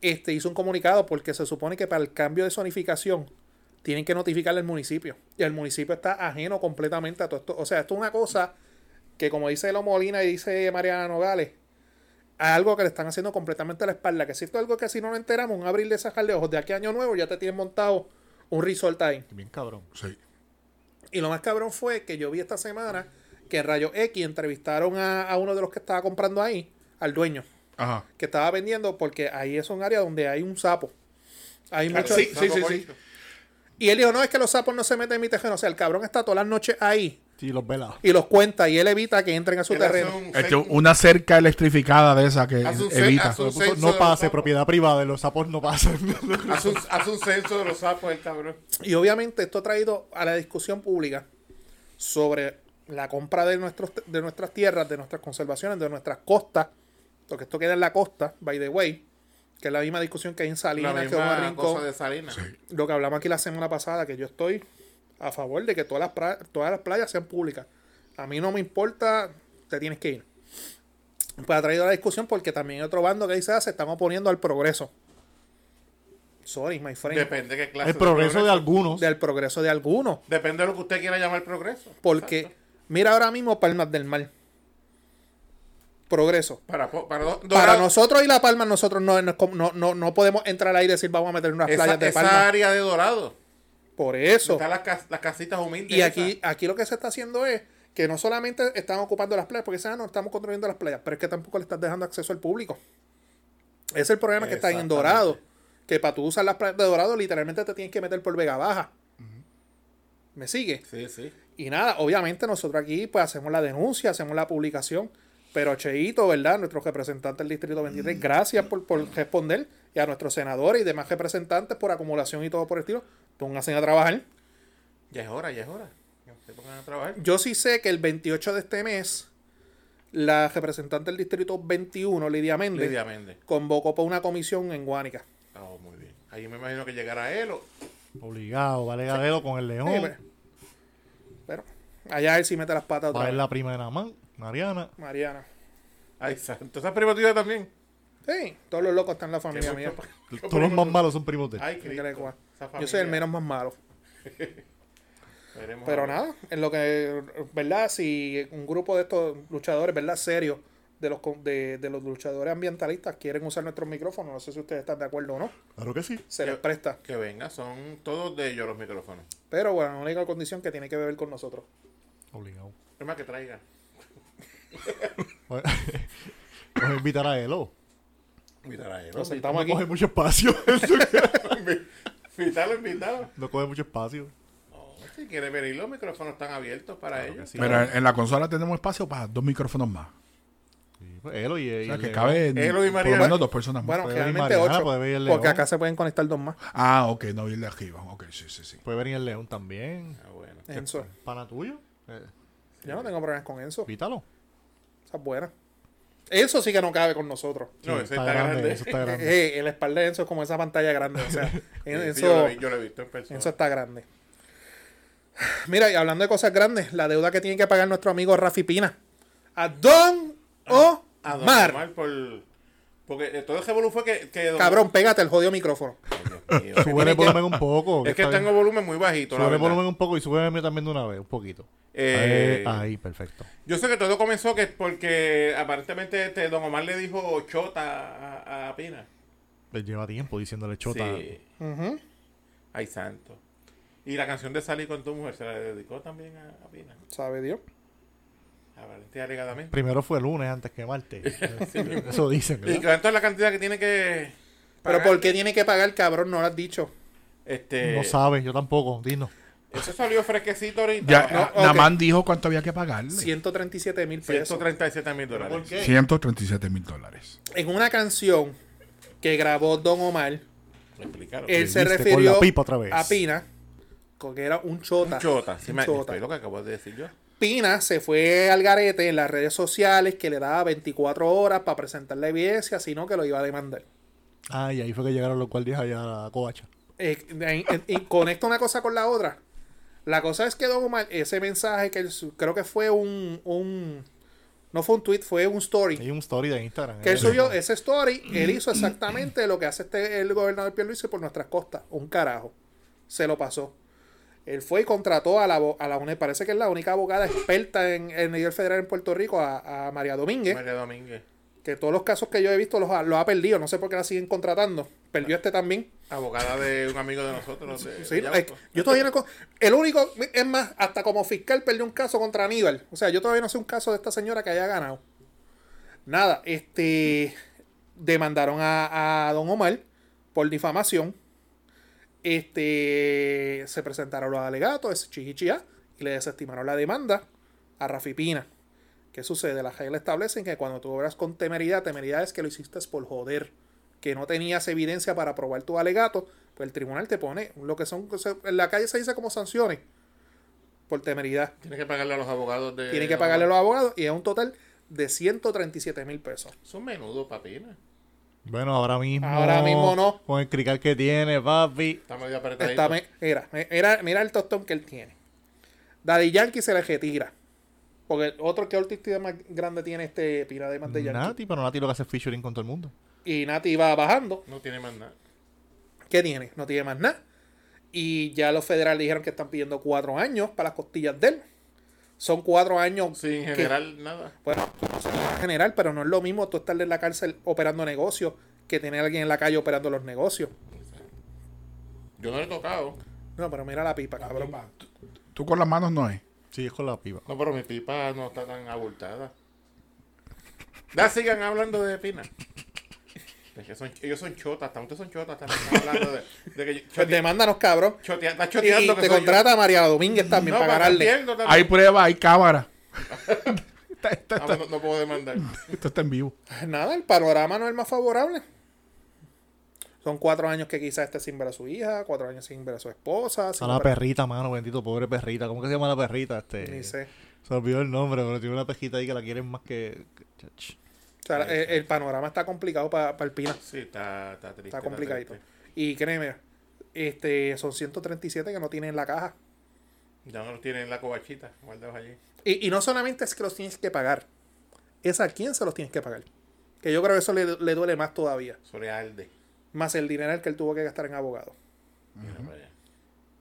C: este, hizo un comunicado porque se supone que para el cambio de zonificación tienen que notificarle al municipio. Y el municipio está ajeno completamente a todo esto. O sea, esto es una cosa que como dice Lo Molina y dice Mariana Nogales, a algo que le están haciendo completamente a la espalda. Que si esto es algo que si no nos enteramos, un abrir de sacar de ojos de aquí a año nuevo, ya te tienen montado un resort ahí.
B: Bien cabrón.
D: Sí.
C: Y lo más cabrón fue que yo vi esta semana que en Rayo X entrevistaron a, a uno de los que estaba comprando ahí, al dueño,
D: Ajá.
C: que estaba vendiendo, porque ahí es un área donde hay un sapo. Hay mucho,
D: sí, sí, sí, sí.
C: Y él dijo, no, es que los sapos no se meten en mi terreno. O sea, el cabrón está todas las noches ahí
B: Sí, los velas.
C: y los cuenta y él evita que entren a su terreno.
D: Este, una cerca electrificada de esa que
E: Hace un cer-
D: evita.
E: hace un
B: Puso,
E: censo de
B: No
E: los
B: pase,
E: sapos.
B: propiedad privada de los sapos no pasan.
E: Haz un, haz un censo de los sapos, el cabrón.
C: Y obviamente esto ha traído a la discusión pública sobre la compra de, nuestros, de nuestras tierras, de nuestras conservaciones, de nuestras costas, porque esto queda en la costa, by the way, que es la misma discusión que hay en
E: La
C: Salinas, que es
E: misma cosa
C: Rincón,
E: de Salinas.
C: lo que hablamos aquí la semana pasada, que yo estoy a favor de que todas las, pra- todas las playas sean públicas. A mí no me importa, te tienes que ir. Pues ha traído la discusión porque también hay otro bando que dice, "Ah, se están oponiendo al progreso. Sorry, my friend.
E: Depende qué clase
B: El progreso de algunos.
C: del progreso de algunos.
E: Depende de lo que usted quiera llamar progreso.
C: Porque
E: Exacto.
C: mira ahora mismo Palmas del Mar. Progreso.
E: Para, po- para, do-
C: Para
E: Dorado-
C: nosotros y La Palma, nosotros no, no, es como- no, no- no podemos entrar ahí y decir vamos a meter unas
E: esa,
C: playas de
E: esa
C: Palma.
E: área de Dorado.
C: Por eso.
E: Están las, cas- las casitas humildes.
C: Y aquí, aquí lo que se está haciendo es que no solamente están ocupando las playas, porque dicen, ah, no, estamos construyendo las playas, pero es que tampoco le estás dejando acceso al público. Ese es el problema que está en
E: Exactamente.
C: Dorado. Que para tú usar las playas de Dorado, literalmente te tienes que meter por Vega Baja. ¿Me sigue?
E: esas. Sí, sí.
C: Y nada, obviamente nosotros aquí pues hacemos la denuncia, hacemos la publicación, pero Cheito, ¿verdad? Nuestro representante del Distrito
E: Mm.
C: 23, gracias por, por responder y a nuestros senadores y demás representantes por acumulación y todo por el estilo, pónganse a trabajar.
E: Ya es hora, ya es hora. Que se pongan a trabajar.
C: Yo sí sé que el 28 de este mes, la representante del Distrito 21, Lidia Méndez,
E: Lidia Méndez.
C: convocó para una comisión en Guánica.
E: Oh, muy bien. Ahí me imagino que llegará él. o-
B: Obligado, vale gadero con el
C: Sí,
B: león.
C: pero- pero allá él sí mete las patas
B: Va a
C: otra
B: ver
C: vez.
B: la prima de Namán, Mariana.
C: Mariana.
E: Ay, santo. Esa es privativa también.
C: Sí, todos los locos están en la familia
E: Qué
C: mía. pues.
E: mucho- qué
B: Todos los
E: primo
B: más
E: tú-
B: malos son primos de él.
E: Ay,
C: Yo
E: Cristo,
C: creo que-
E: esa
C: Yo soy el
E: familia.
C: menos más malo.
E: Veremos a
C: Pero
E: ver.
C: nada, en lo que, ¿verdad? Si un grupo de estos luchadores, ¿verdad? Serios, de los, co- de, de los luchadores ambientalistas quieren usar nuestros micrófonos, no sé si ustedes están de acuerdo o no,
B: Claro que sí.
C: se les
E: Yo-
C: presta.
E: Que venga, son todos de ellos los micrófonos.
C: Pero bueno, la única condición que tiene que beber con nosotros.
B: Obligado.
E: Es más que traiga.
B: Vamos a Pues, invitar a Elo.
E: Invitar a él.
C: Nos sentamos aquí.
B: Coge mucho espacio.
E: Invítalo, invítalo.
B: no coge mucho espacio.
E: No, si quiere venir, los micrófonos están abiertos para ellos.
D: Pero en, en la consola tenemos espacio para dos micrófonos más.
B: Sí, pues, Elo y,
D: O
B: y
D: sea, que
B: Leo.
D: cabe en-
E: Elo y
D: por
E: Mariana.
D: lo menos dos personas más.
C: Bueno,
B: Puede venir
C: generalmente
B: Mariana,
C: ocho,
B: puede venir
C: porque
B: León.
C: acá se pueden conectar dos más.
D: Ah, ok, no vi el de arriba. Ok, sí, sí, sí.
B: Puede venir el León también.
E: Ah, bueno.
C: Enzo.
B: Pana tuyo. Eh,
C: Yo no tengo problemas con Enzo.
B: invítalo.
C: Esa es buena. Enzo sí que no cabe con nosotros.
E: No,
B: Sí,
E: ese está grande.
B: Eso está grande.
C: Eh, el espalda de Enzo es como esa pantalla grande. O sea,
E: Sí,
C: Enzo...
E: sí, yo, lo vi- yo lo he visto en persona.
C: Eso está grande. Mira, y hablando de cosas grandes, la deuda que tiene que pagar nuestro amigo Rafi Pina. A Don
E: A Don
C: Omar.
E: Omar por... Porque eh, todo el revolú fue que... que don-
C: Cabrón, pégate el jodido micrófono.
E: Ay, Dios mío.
B: Sube el volumen un poco.
E: es que
B: está bien.
E: tengo volumen muy bajito. la
B: Sube el
E: verdad.
B: volumen un poco y sube el mío también de una vez, un poquito.
E: Eh,
B: Ahí, ahí, perfecto.
E: Yo sé que todo comenzó que porque aparentemente este Don Omar le dijo chota a, a Pina.
B: Él lleva tiempo diciéndole chota.
E: Sí. Ay, santo. Y la canción de Salí con tu mujer se la dedicó también a, a Pina.
C: ¿Sabe Dios?
E: A Valentina alegadamente.
B: Primero fue lunes antes que martes. Eso dicen,
E: Y
B: Pues, ¿verdad?
E: cuánto es la cantidad que tiene que.
C: Pero
E: pagar?
C: ¿por qué tiene que pagar, cabrón? No lo has dicho.
E: Este,
C: eh,
B: No sabes, yo tampoco. Dinos.
E: Eso salió fresquecito ahorita.
D: Ya,
E: No,
C: no, ok.
D: Namán dijo cuánto había que pagarle.
C: 137 mil pesos.
E: 137 mil dólares.
B: qué?
D: 137 mil dólares.
C: En una canción que grabó Don Omar,
E: Me explicaron.
C: él se
B: Viste con
C: refirió
B: la pipa otra vez.
C: a Pina con que era un chota.
E: Un chota. Sí,
C: Un
E: me,
C: chota.
E: es lo que acabo de decir yo.
C: Pina se fue al garete en las redes sociales que le daba 24 horas para presentar la evidencia, sino que lo iba a demandar.
B: Ah, y ahí fue que llegaron los guardias allá a la covacha.
C: Eh, eh, eh, y conecta una cosa con la otra. La cosa es que Don Omar, ese mensaje que él su- creo que fue un, un- No fue un tweet, fue un story.
B: Hay un story de Instagram.
C: Que
B: ¿eh?
C: él subió ese story, él hizo exactamente lo que hace este, el gobernador Pierluisi por nuestras costas. Un carajo. Se lo pasó. Él fue y contrató a la, abo- a la UNED, parece que es la única abogada experta en, en el nivel federal en Puerto Rico, a, a María Domínguez,
E: María Domínguez.
C: que todos los casos que yo he visto los, ha- los ha perdido. No sé por qué la siguen contratando. Perdió este también.
E: Abogada de un amigo de nosotros. de-
C: Sí,
E: de
C: es-
E: Yauco.
C: yo todavía no. co- El único, es más, hasta como fiscal perdió un caso contra Aníbal. O sea, yo todavía no sé un caso de esta señora que haya ganado. Nada, este. Demandaron a, a Don Omar por difamación. Este. Se presentaron los alegatos, es chichichia, y le desestimaron la demanda a Rafi Pina. ¿Qué sucede? Las reglas establecen que cuando tú obras con temeridad, temeridad es que lo hiciste por joder, que no tenías evidencia para probar tu alegato, pues el tribunal te pone lo que son, en la calle se dice como sanciones por temeridad.
E: Tiene que pagarle a los abogados de.
C: Tiene que pagarle a los abogados y es un total de 137 mil pesos.
E: Son menudo, papina.
B: Bueno, ahora mismo.
C: Ahora mismo no.
B: Con el crical que tiene, papi.
E: Está medio apretadito.
C: Esta me- mira, me- mira, mira el tostón que él tiene. Daddy Yankee se le retira. Porque el otro que artista más grande tiene este Pina de Daddy Yankee.
B: Nati, pero Nati lo que hace es featuring con todo el mundo.
C: Y Nati va bajando.
E: No tiene más nada.
C: ¿Qué tiene? No tiene más nada. Y ya los federales dijeron que están pidiendo cuatro años para las costillas de él. Son cuatro años
E: Sí, en
C: que-
E: general, nada.
C: bueno, en general, pero no es lo mismo tú estar en la cárcel operando negocios que tener a alguien en la calle operando los negocios.
E: Yo no le he tocado.
C: No, pero mira la pipa, cabrón.
D: Tú, tú con las manos no es.
B: Sí, es con la piba.
E: No, pero mi pipa no está tan abultada. Ya sigan hablando de Pina. Es que son, ellos son chotas, hasta ustedes son chotas, están hablando de, de que yo-
C: Pues
E: chote,
C: demándanos, cabrón.
E: chotea- está
C: Y,
E: choteando
C: y
E: que
C: te
E: soy
C: contrata a María Domínguez
E: yo.
C: también
E: No,
C: para
E: pero
C: ganarle.
E: también, no, también.
D: Hay pruebas, hay cámara. Está- está-
E: Ah,
D: está-
E: no, no puedo demandar.
D: Esto está en vivo.
C: Pues Nada, el panorama no es el más favorable. Son cuatro años que quizás esté sin ver a su hija, cuatro años sin ver a su esposa. sin
B: A la
C: ver-
B: perrita, mano, bendito, pobre perrita. ¿Cómo que se llama la perrita? Este,
C: Ni sé.
B: Se olvidó el nombre, pero tiene una pejita ahí que la quieren más que. que- ch-
C: O sea, el, el panorama está complicado para Alpina.
E: Sí, está, está triste.
C: Está complicadito.
E: triste.
C: Y créeme, este, son 137 que no tienen en la caja.
E: Ya no los tienen en la cobachita, guardados allí.
C: Y, y no solamente es que los tienes que pagar, es a quién se los tienes que pagar. Que yo creo que eso le, le duele más todavía.
E: Sobre Alde.
C: Más el dinero que él tuvo que gastar en abogados.
E: Mira para allá.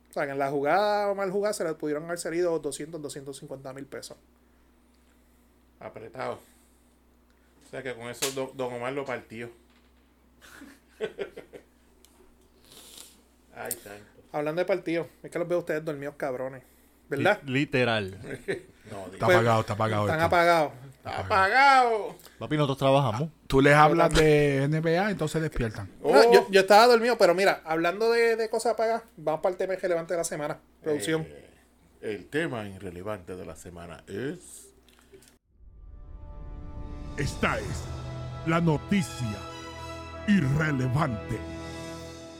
C: O sea, que en la jugada mal jugada se le pudieron haber salido 200, 250 mil pesos.
E: Apretado. O sea que con eso Do- Don Omar lo partió. Ay, santo.
C: Hablando de partido, es que los veo a ustedes dormidos cabrones. ¿Verdad?
B: Li-
E: Eh.
B: literal.
E: No, digo.
D: Está
C: Pues,
D: apagado, está apagado.
C: Están
D: esto.
C: apagados.
E: Está apagado.
B: Papi, nosotros trabajamos.
D: Tú les hablas de NBA, entonces despiertan.
E: Oh,
C: No, yo, yo estaba dormido, pero mira, hablando de, de cosas apagadas, vamos para el tema relevante de la semana. Producción.
E: eh, el tema irrelevante de la semana es.
A: Esta es la noticia irrelevante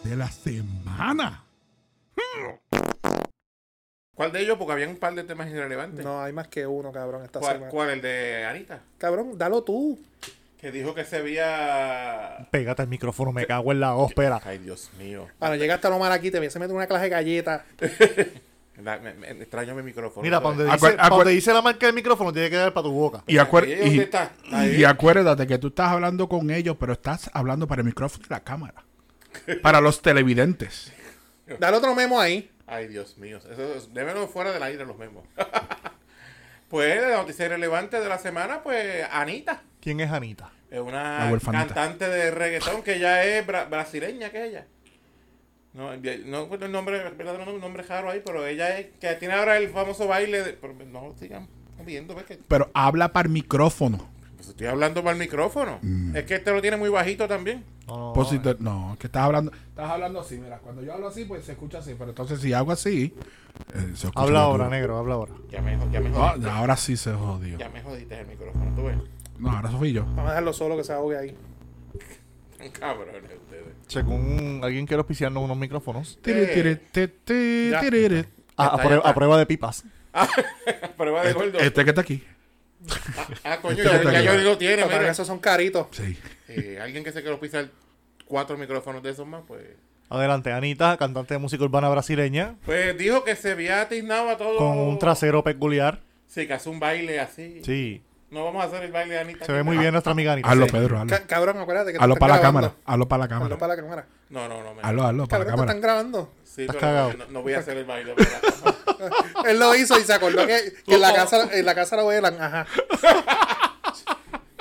A: de la semana.
E: ¿Cuál de ellos? Porque había un par de temas irrelevantes.
C: No, hay más que uno, cabrón, esta
E: ¿Cuál,
C: semana.
E: cuál? ¿El de Anita?
C: Cabrón, dalo tú.
E: Que dijo que se había.
B: Pégate el micrófono, me cago en la ópera.
E: Ay, Dios mío.
C: Bueno, llega hasta Omar aquí, te voy a meter una clase de galleta.
E: La- me- me- extraño mi micrófono.
B: Mira, para
E: ¿sabes?
B: donde,
D: Acuer-
B: dice, pa'
D: acuer-
B: donde dice la marca del micrófono, tiene que dar para tu boca.
D: Y, acuer-
E: Ahí,
D: y-
E: ¿dónde está? Ahí.
D: y acuérdate que tú estás hablando con ellos, pero estás hablando para el micrófono y la cámara. Para los televidentes.
C: Dale otro memo ahí.
E: Ay, Dios mío. Eso es- démelo fuera del aire los memos. pues, la noticia irrelevante de la semana, pues, Anita.
B: ¿Quién es Anita?
E: Es
D: La
E: una
D: huerfanita.
E: cantante de reggaetón que ya es bra- brasileña, que ella. No, ya- no recuerdo el nombre, verdad, un nombre raro ahí, pero ella es, que tiene ahora el famoso baile de- pero no sigan viendo, ves que
D: Pero habla para el micrófono.
E: pues, estoy hablando para el micrófono.
D: Mm.
E: Es que este lo tiene muy bajito también.
B: No, no,
D: Pues si te- no, que estás hablando. Estás hablando así, mira. Cuando yo hablo así, pues se escucha así. Pero entonces si hago así, eh, se escucha
B: Habla
D: más
B: ahora,
D: duro.
B: negro, habla ahora.
E: Ya me, ya me
D: Ah,
E: jodiste.
D: ahora sí se jodió.
E: Ya me jodiste el micrófono, tú ves.
D: No, ahora fui yo.
C: Vamos a dejarlo solo que se ahogue ahí.
E: Cabrones ustedes.
B: Según alguien quiere auspiciarnos unos micrófonos.
D: Tiri, tiri, ti, ti,
C: Ya.
D: tiri, tiri.
B: A,
E: está,
B: a
E: ya
B: prue-
E: está.
B: a prueba de pipas.
E: Prueba de gordo.
D: Este, este que está aquí.
E: Ah, coño,
D: Este
E: ya,
D: está
E: ya yo
D: bien.
E: lo tiene,
C: Pero
E: mira.
C: esos son caritos.
D: Sí.
E: Eh, alguien que se quiera pisar cuatro micrófonos de esos más, pues.
B: Adelante, Anita, cantante de música urbana brasileña,
E: Pues dijo que se había atiznado a todo.
B: con un trasero peculiar.
E: Sí, que hace un baile así.
B: Sí,
E: No vamos a hacer el baile de Anita.
B: se ve muy bien nuestra amiga Anita.
D: Hazlo,
B: Sí.
D: Pedro, hazlo.
C: Ca- cabrón, acuérdate que te
D: Hazlo
C: están
D: para la
C: grabando.
D: cámara. Hazlo para la
C: Hazlo
D: cámara.
C: para la cámara.
E: No, no, no. me-
D: Hazlo, hazlo para la
C: Cabrón, te están
D: cámara.
C: grabando.
E: Sí,
B: Estás
E: pero
B: cagado.
E: No, no voy a hacer el baile. ¿verdad?
C: Él lo hizo y se acordó que, que en, la casa, en la casa lo velan. Ajá.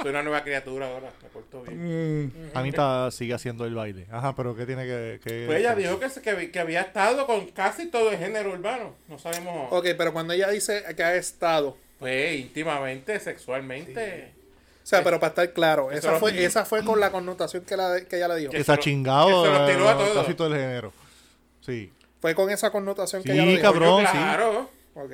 E: Soy una nueva criatura ahora. Me porto bien.
B: Anita sigue haciendo el baile. Ajá, pero ¿qué tiene que...? que-
E: Pues ella dijo que, se- que, vi- que había estado con casi todo el género urbano. No sabemos.
C: Ok, pero cuando ella dice que ha estado.
E: Pues íntimamente, sexualmente.
C: O sea, pero para estar claro, esa
E: Eh. lo
C: fue,
E: mismo.
C: esa fue con la connotación que, la, que ella le dio.
B: Que se ha
E: que
B: chingado
E: se lo tiró a
B: eh,
E: todo.
B: casi todo el género. Sí.
C: Fue con esa connotación que
B: Sí,
C: ella le dio.
B: cabrón.
E: Yo,
B: sí.
E: claro.
C: Ok.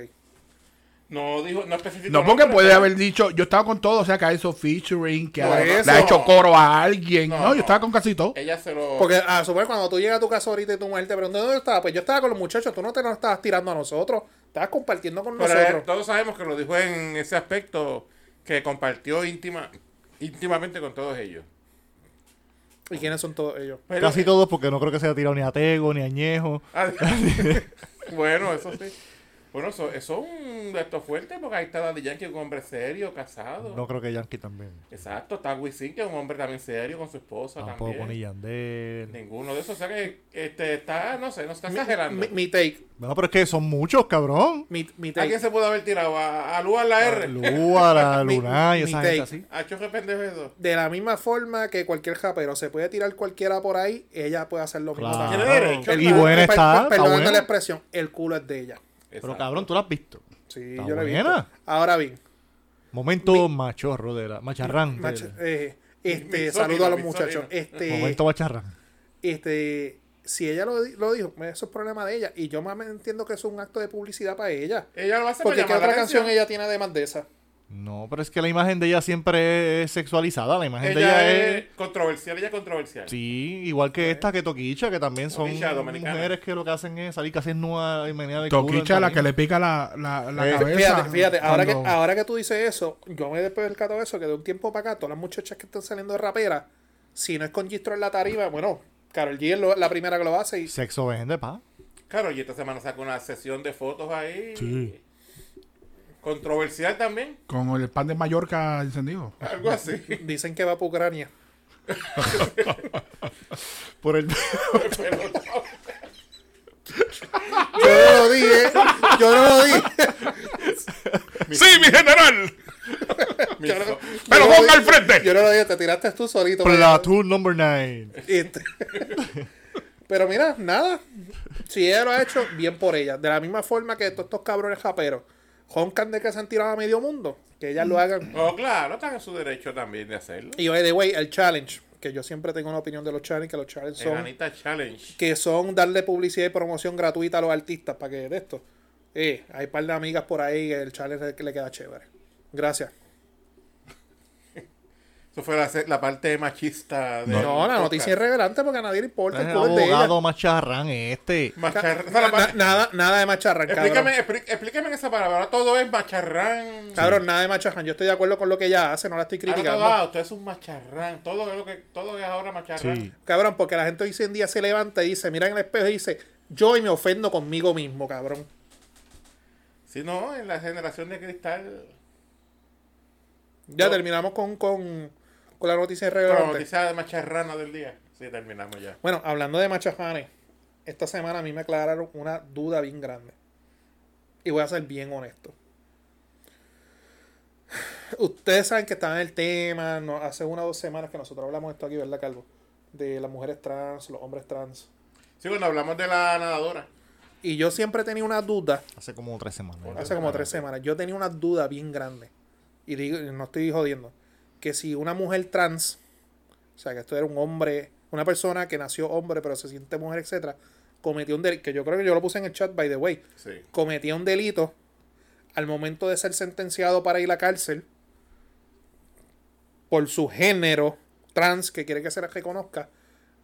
E: No dijo, no especificó.
D: No, porque
E: nombre,
D: puede
E: pero-
D: haber dicho, yo estaba con todo, o sea, que ha hecho featuring, que
E: No,
D: ha-
E: eso.
D: le ha hecho coro a alguien. No,
E: No,
D: yo
E: no.
D: estaba con casi todo.
E: Ella se lo.
C: Porque a suponer cuando tú llegas a tu casa ahorita y tu mujer te pregunta dónde estaba, pues yo estaba con los muchachos, tú no te nos estabas tirando a nosotros, estabas compartiendo con
E: Pero eh,
C: nosotros.
E: todos sabemos que lo dijo en ese aspecto que compartió íntima, íntimamente con todos ellos.
C: ¿Y quiénes son todos ellos?
E: Pero- eh,
B: Casi todos porque no creo que se haya tirado ni a Tego, ni a Añejo.
E: Ah, bueno, eso sí. Bueno, eso, eso es un dato fuerte porque ahí está Daddy Yankee, un hombre serio, casado.
B: No creo que Yankee también.
E: Exacto, está Wisin, que es un hombre también serio con su esposa
B: Tampoco ni
E: también.
B: Yandel.
E: Ninguno de esos, o sea que este, está, no sé, no está exagerando.
C: Mi, mi take,
B: No, pero es que son muchos, cabrón.
C: mi, mi
E: ¿A quién
C: take.
E: se pudo haber tirado? ¿A, a Lua en la R?
B: Lua, la
C: Mi-
B: Luna y
C: mi
B: esa
C: take.
B: gente así.
E: ¿A Choque Pendejo eso?
C: De la misma forma que cualquier japero se puede tirar cualquiera por ahí, ella puede hacer lo mismo
B: Claro.
C: también.
E: Tiene derecho.
B: Y buena
C: per-
B: está, está
C: perdonando
B: buena.
C: la expresión, el culo es de ella.
E: Exacto.
B: Pero cabrón, tú la has visto.
C: Sí,
B: Está
C: yo la he visto.
B: buena.
C: Ahora bien,
B: Momento machorro de la. Macharrán. de
C: macho,
B: la-
C: eh, este,
E: Misógino,
C: saludo a los
E: misógino.
C: muchachos.
E: eh,
C: Este,
B: Momento macharrán.
C: este, si ella lo, di- lo dijo, eso es problema de ella. Y yo más me entiendo que eso es un acto de publicidad para ella.
E: Ella lo hace
C: Porque
E: para
C: ¿qué
E: llamar la
C: otra
E: atención.
C: canción ella tiene además de esa?
B: No, pero es que la imagen de ella siempre es sexualizada. La imagen de
E: Ella
B: ella es.
E: es controversial, ella es controversial.
B: Sí, igual que esta que Toquicha, que también son
E: Toquicha, dominicana.
B: mujeres que lo que hacen es salir casi nueva y menear el culo
D: Toquicha,
B: en
D: la que
B: camino.
D: le pica la, la, la
B: Eh,
D: cabeza.
C: Fíjate, fíjate, ahora que,
B: cuando-
C: ahora que tú dices eso, yo me he percatado eso, que de un tiempo para acá, todas las muchachas que están saliendo de raperas, si no es con Gistro en la tarima, bueno, Carol G es lo- la primera que lo hace y
B: Sexo vende, pa.
E: Claro, y esta semana sacó una sesión de fotos ahí.
B: Sí.
E: Controversial también.
D: Con el pan de Mallorca encendido.
E: Algo así.
C: Dicen que va para Ucrania.
B: Por el...
C: Yo no
E: Pero no.
C: lo dije. Yo no lo dije.
A: ¡Sí, mi general!
E: Mi so-
A: ¡Pero
C: Yo no
A: ponga
C: lo
A: al frente!
C: dije. Yo no lo dije. Te tiraste tú solito.
B: Platoon number 9.
C: Este. Pero mira, nada. Si ella lo ha hecho, bien por ella. De la misma forma que todos estos cabrones japeros. Honkan de que se han tirado a medio mundo. Que ellas lo hagan.
E: No, Oh, claro, están en su derecho también de hacerlo.
C: Y by the way, el challenge. Que yo siempre tengo una opinión de los challenges. Que los challenges
E: El
C: son.
E: Anita Challenge.
C: que son darle publicidad y promoción gratuita a los artistas para que de esto. Eh, hay par de amigas por ahí que el challenge le, le queda chévere. Gracias.
E: Eso fue la, se- la parte machista de.
C: No, la noticia es revelante porque a nadie le importa
B: El
C: el poder de ella.
B: abogado macharrán este.
E: Machar-
C: Na-
E: la ma-
C: nada, nada de macharrán, cabrón.
E: Explícame, expli- explícame esa palabra. Ahora todo es macharrán.
C: Cabrón, nada de macharrán. Yo estoy de acuerdo con lo que ella hace, no la estoy
E: Ahora todo,
C: criticando.
E: ah, usted es un macharrán. Todo es, lo que, todo es ahora macharrán.
B: Sí.
C: Cabrón, porque la gente hoy en día se levanta y dice, mira en el espejo y dice, yo y me ofendo conmigo mismo, cabrón.
E: Si no, en la generación de cristal.
C: Ya
E: No.
C: terminamos con, con, con la noticia
E: Pero
C: relevante.
E: la noticia macharrana del día. Sí, terminamos ya.
C: Bueno, hablando de machajanes, esta semana a mí me aclararon una duda bien grande. Y voy a ser bien honesto. Ustedes saben que estaba en el tema, no, hace una o dos semanas que nosotros hablamos de esto aquí, ¿verdad, Calvo? De las mujeres trans, los hombres trans.
E: Sí, cuando hablamos de la nadadora.
C: Y yo siempre tenía una duda,
B: Hace como tres semanas.
C: hace como tres semanas, yo tenía una duda bien grande. Y digo, no estoy jodiendo. Que si una mujer trans, o sea, que esto era un hombre, una persona que nació hombre pero se siente mujer, etcétera, cometió un delito, que yo creo que yo lo puse en el chat, by the way,
E: Sí.
C: cometía un delito al momento de ser sentenciado para ir a la cárcel por su género trans que quiere que se le reconozca,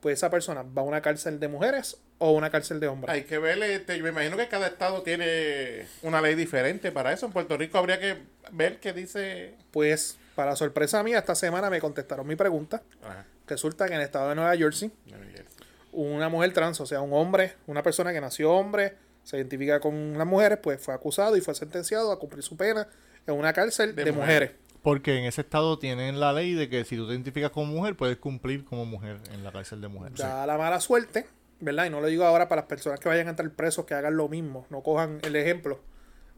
C: pues esa persona va a una cárcel de mujeres o una cárcel de hombres.
E: Hay que verle, este, yo me imagino que cada estado tiene una ley diferente para eso. En Puerto Rico habría que ver qué dice.
C: Pues, para sorpresa mía, esta semana me contestaron mi pregunta.
E: Ajá,
C: Resulta que en el estado de Nueva Jersey,
E: de Miguel.
C: una mujer trans, o sea, un hombre, una persona que nació hombre, se identifica con las mujeres, pues fue acusado y fue sentenciado a cumplir su pena en una cárcel de,
E: De
C: mujeres.
E: mujeres.
B: Porque en ese estado tienen la ley de que si tú te identificas como mujer, puedes cumplir como mujer en la cárcel de mujer.
C: Da la mala suerte, ¿verdad? Y no lo digo ahora para las personas que vayan a entrar presos que hagan lo mismo, no cojan el ejemplo.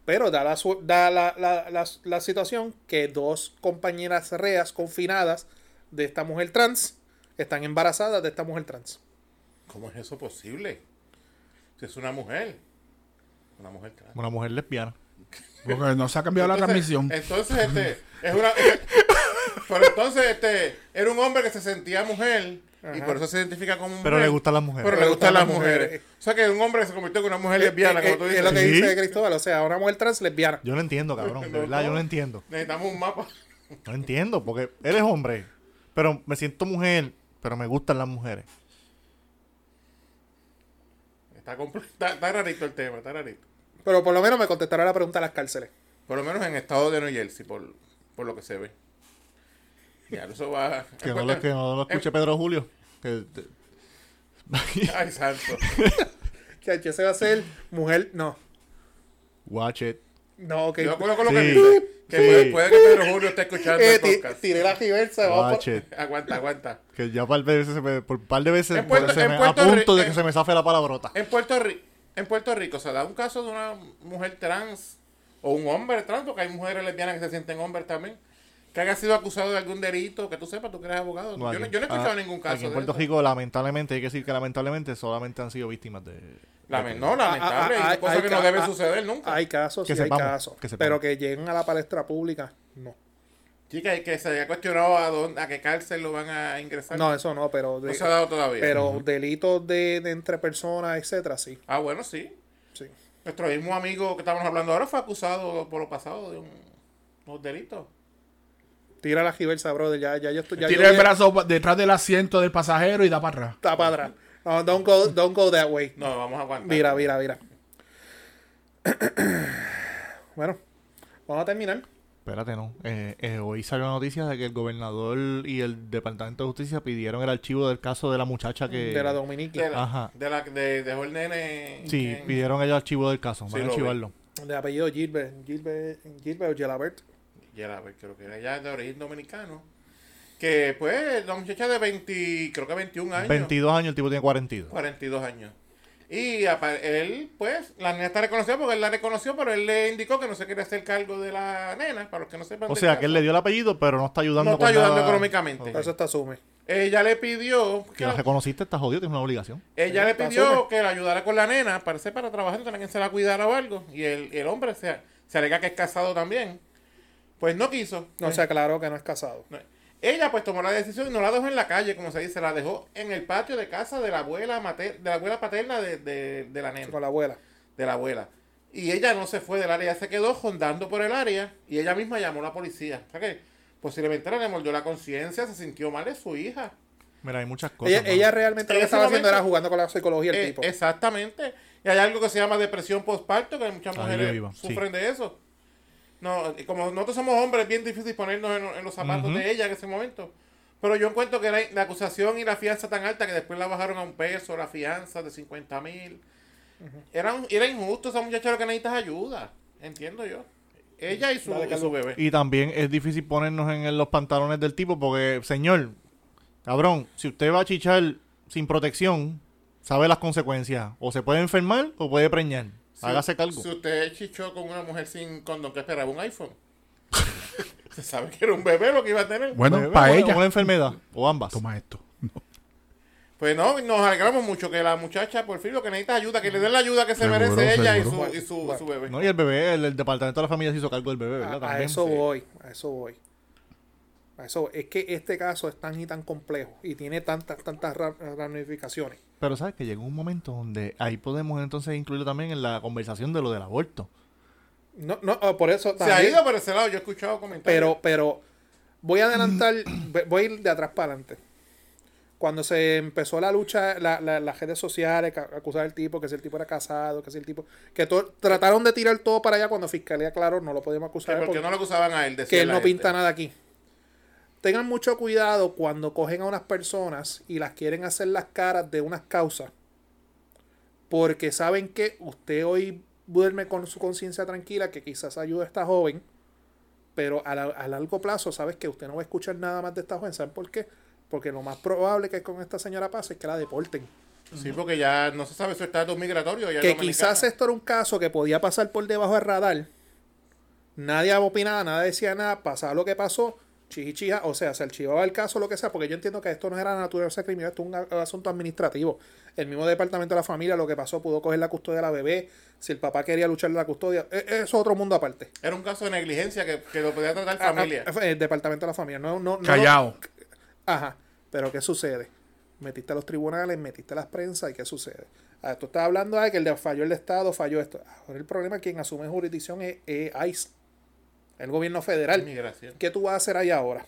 C: Pero da la, su- da la, la- la- la situación que dos compañeras reas confinadas de esta mujer trans están embarazadas de esta mujer trans.
E: ¿Cómo es eso posible? Si es una mujer. Una mujer trans.
B: Una mujer lesbiana.
A: Porque no se ha cambiado la transmisión.
E: Entonces, este, es una. pero entonces, este, era un hombre que se sentía mujer y por eso se identifica como mujer.
B: Pero le gustan las mujeres.
E: Pero le gustan las mujeres. O sea, que era un hombre que se convirtió en una mujer lesbiana,
C: Eh,
E: como
C: eh,
E: tú
C: es
E: dices.
C: lo que
B: Sí.
C: dice Cristóbal, o sea, una mujer trans lesbiana.
B: Yo no entiendo, cabrón. De verdad, yo no entiendo.
E: Necesitamos un mapa.
B: No entiendo, porque eres hombre, pero me siento mujer, pero me gustan las mujeres.
E: Está, compl- está, está rarito el tema, está rarito.
C: Pero por lo menos me contestaron la pregunta de las cárceles.
E: Por lo menos en estado de New Jersey, por, por lo que se ve. Ya, eso va.
B: Que no lo, que no lo escuche Pedro Julio. Que- te-
E: Ay, santo.
C: Que se va a hacer mujer, no.
B: Watch it.
C: No, ok.
E: Yo acuerdo con lo que
B: Sí.
E: dice. Que
B: Sí.
E: puede, puede que Pedro Julio esté escuchando
C: Eh,
E: el
C: ti-
E: podcast.
C: tiré la diversa. vamos
B: Watch
C: por-
B: it.
E: Aguanta, aguanta.
B: Que ya par de veces se me- por un par de veces
E: En Puerto-
B: se
E: en
B: me- a
E: Puerto
B: punto
E: Ri-
B: de que
E: en-
B: se me zafe la palabrota.
E: En Puerto, Ri- en Puerto Rico se da un caso de una mujer trans o un hombre trans, porque hay mujeres lesbianas que se sienten hombres también, que haya sido acusado de algún delito, que tú sepas, tú que eres abogado.
B: No,
E: yo, no,
B: aquí-
E: yo no he escuchado
B: ah,
E: ningún caso.
B: Aquí en
E: de
B: Puerto
E: eso.
B: Rico, lamentablemente, hay que decir que lamentablemente solamente han sido víctimas de.
E: Lame- no, lamentable,
C: Ah, ah,
E: es
C: ah,
E: una cosa
C: hay
E: que no
C: ca-
E: debe
C: ah,
E: suceder nunca.
C: Hay casos,
B: Que
C: sí, hay
B: sepamos,
C: casos.
B: que sepamos.
C: pero que lleguen a la palestra pública, no.
E: Chica, y que se haya cuestionado a, dónde, a qué cárcel lo van a ingresar.
C: No, eso no, pero, de-
E: Ah, No se ha dado todavía.
C: pero delitos de, de entre personas, etcétera, sí.
E: Ah, bueno, sí.
C: sí.
E: Nuestro mismo amigo que estamos hablando ahora fue acusado por lo pasado de un, unos delitos.
C: Tira la diversa, brother. Ya, ya yo estoy. Ya
A: Tira
C: yo
A: el
C: voy a-
A: brazo pa- detrás del asiento del pasajero y da para atrás.
C: Está para atrás. No, don't go, don't go that way.
E: No, vamos a aguantar.
C: Mira, mira, mira. bueno, vamos a terminar.
B: Espérate, no. Eh, eh, hoy salió la noticia de que el gobernador y el Departamento de Justicia pidieron el archivo del caso de la muchacha que.
C: De la Dominique.
E: De la,
B: Ajá.
E: de la de dejó el nene.
B: Sí,
E: en-
B: pidieron el archivo del caso.
E: Sí,
B: Van a
E: lo vi.
B: archivarlo.
C: De apellido Gilbert. Gilbert, Gilbert o Gelabert.
E: Gelabert, creo que era ya de origen dominicano. Que pues, la muchacha de 20, creo que 21 años.
B: 22 años, el tipo tiene 42.
E: 42 años. Y apa- él, pues, la nena está reconocida porque él la reconoció, pero él le indicó que no se quería hacer cargo de la nena, para los que no sepan.
B: O
E: del
B: sea,
E: caso.
B: que él le dio el apellido, pero no está ayudando.
E: No está
B: con
E: ayudando
B: nada.
E: económicamente.
B: Ok.
C: Eso está sume.
E: Ella le pidió
B: Que
E: que,
B: la reconociste, estás jodido, tienes una obligación.
E: ella le
C: Pasó,
E: pidió
C: ¿no?
E: que la ayudara con la nena, parece para trabajar, entonces alguien se la cuidara o algo. Y el, el hombre se, se alega que es casado también. Pues no quiso.
C: No se aclaró que no es casado.
E: No. Ella pues tomó la decisión y no la dejó en la calle, como se dice, la dejó en el patio de casa de la abuela mater- de la abuela paterna de, de- de la nena,
C: Con la abuela.
E: de la abuela. Y ella no se fue del área, ella se quedó rondando por el área y ella misma llamó a la policía. O sea que posiblemente le mordió la conciencia, se sintió mal de su hija.
B: Mira, hay muchas cosas.
C: Ella,
B: mano.
C: ella realmente lo
E: En
C: que
E: ese
C: estaba haciendo
E: momento-
C: era jugando con la psicología del
E: Eh,
C: tipo.
E: Exactamente. Y hay algo que se llama depresión postparto, que muchas
B: Ahí
E: mujeres
B: lo iba, sí.
E: sufren de eso. No, y como nosotros somos hombres, es bien difícil ponernos en, en los zapatos de ella en ese momento. Pero yo encuentro que la, la acusación y la fianza tan alta que después la bajaron a un peso, la fianza de 50 mil. Era, un- era injusto, esa muchacha lo que necesita es ayuda. Entiendo yo. Ella y su, y su bebé.
B: Y también es difícil ponernos en los pantalones del tipo porque, señor, cabrón, si usted va a chichar sin protección, sabe las consecuencias. O se puede enfermar o puede preñar.
E: Si-
B: Hágase cargo.
E: Si usted chichó con una mujer sin condón, que esperaba un iPhone. se sabe que era un bebé lo que iba a tener.
A: Bueno,
B: Bebé,
A: para
B: o-
A: ella.
B: o Una enfermedad. O ambas.
A: Toma esto.
E: Pues no, nos alegramos mucho que la muchacha, por fin, lo que necesita es ayuda, que le den la ayuda que se
A: Seguro,
E: merece ella y
A: seguro.
E: su, y su, su bebé.
B: No, y el bebé, el, el departamento de la familia se hizo cargo del bebé, ¿verdad?
C: A, a
B: También.
C: eso
B: Sí.
C: voy, a eso voy. A eso voy. Es que este caso es tan y tan complejo y tiene tantas, tantas ra- ramificaciones.
B: Pero sabes que llegó un momento donde ahí podemos entonces incluirlo también en la conversación de lo del aborto.
C: No, no, ah, por eso
E: se ha
C: también-
E: ido por ese lado, yo he escuchado comentarios.
C: Pero, pero voy a adelantar, ve- voy a ir de atrás para adelante. Cuando se empezó la lucha, la- la- las redes sociales, ca- acusar al tipo, que si el tipo era casado, que si el tipo. Que to- trataron de tirar todo para allá cuando fiscalía, claro, no lo podemos acusar.
E: porque
C: porque-
E: no lo acusaban a él? de
C: que
E: ser
C: él
E: la
C: no
E: gente?
C: pinta nada aquí. Tengan mucho cuidado cuando cogen a unas personas y las quieren hacer las caras de unas causas. Porque saben que usted hoy duerme con su conciencia tranquila, que quizás ayude a esta joven, pero a, la- a largo plazo sabes que usted no va a escuchar nada más de esta joven. ¿Saben por qué? Porque lo más probable que con esta señora pase es que la deporten.
E: Sí, porque ya no se sabe su estatus migratorio. ya
C: Que
E: es dominicana.
C: quizás esto era un caso que podía pasar por debajo del radar. Nadie opinaba, nada decía nada, pasaba lo que pasó, chichichija, o sea, se archivaba el caso, lo que sea, porque yo entiendo que esto no era naturaleza criminal, esto es un a- asunto administrativo. El mismo departamento de la familia, lo que pasó, pudo coger la custodia de la bebé, si el papá quería luchar la custodia, e- eso es otro mundo aparte.
E: Era un caso de negligencia que, que lo podía tratar
C: A- a-
E: familia.
C: el departamento de la familia, no, no, no-
A: Callao.
C: Ajá. Pero ¿qué sucede? Metiste a los tribunales, metiste a las prensas y ¿qué sucede? Ah, tú estás hablando de que el de- falló el Estado, falló esto. Ahora el problema es quien asume jurisdicción es, es ICE, el gobierno federal.
E: Migración.
C: ¿Qué tú vas a hacer ahí ahora?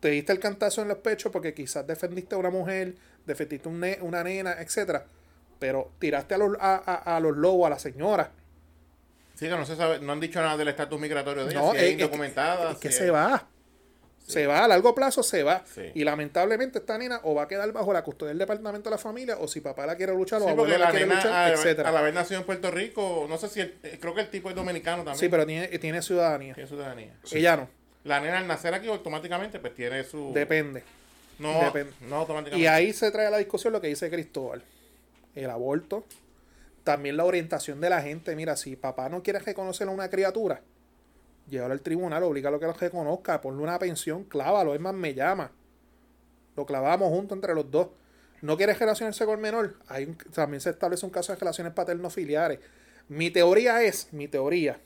C: Te diste el cantazo en los pechos porque quizás defendiste a una mujer, defendiste un ne- una nena, etcétera. Pero tiraste a los, a, a- a los lobos, a la señora.
E: Sí, que no se sabe, no han dicho nada del estatus migratorio de ella,
C: No, eh,
E: si
C: es,
E: es
C: es que-
E: indocumentada.
C: es que
E: si
C: se
E: es-
C: va. Se va, a largo plazo se va.
E: Sí.
C: Y lamentablemente esta nena o va a quedar bajo la custodia del departamento de la familia, o si papá la quiere luchar, o
E: Sí, porque
C: abuelo la
E: la
C: quiere
E: nena,
C: luchar,
E: al, al
C: etcétera.
E: haber nacido en Puerto Rico, no sé si, el- eh, creo que el tipo es dominicano también.
C: Sí, pero tiene, tiene ciudadanía.
E: Tiene ciudadanía.
C: Ella no.
E: La nena al nacer aquí automáticamente pues tiene su...
C: Depende.
E: No,
C: Depende.
E: no automáticamente.
C: Y ahí se trae a la discusión lo que dice Cristóbal. El aborto. También la orientación de la gente. Mira, si papá no quiere reconocer a una criatura, llévalo al tribunal, obligalo a que lo reconozca, ponle una pensión, clávalo, es más, me llama. Lo clavamos juntos entre los dos. No quieres relacionarse con el menor. Hay un- también se establece un caso de relaciones paterno-filiares. Mi teoría es, mi teoría,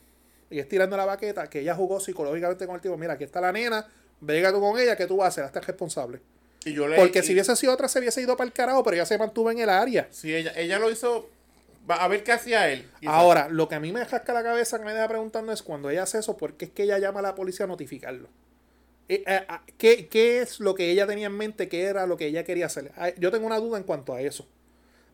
C: y es tirando la baqueta, que ella jugó psicológicamente con el tipo. Mira, aquí está la nena, venga tú con ella, que tú vas a hacer? Estás responsable.
E: Y yo le-
C: Porque
E: y-
C: si hubiese sido otra, se hubiese ido para el carajo, pero ya se mantuvo en el área.
E: si ella, ella lo hizo, va a ver qué hacía él. Quizás.
C: Ahora, lo que a mí me jasca la cabeza que me deja preguntando es cuando ella hace eso, ¿por qué es que ella llama a la policía a notificarlo? Eh, eh, ah, ¿Qué, qué es lo que ella tenía en mente? ¿Qué era lo que ella quería hacer? Ah, Yo tengo una duda en cuanto a eso.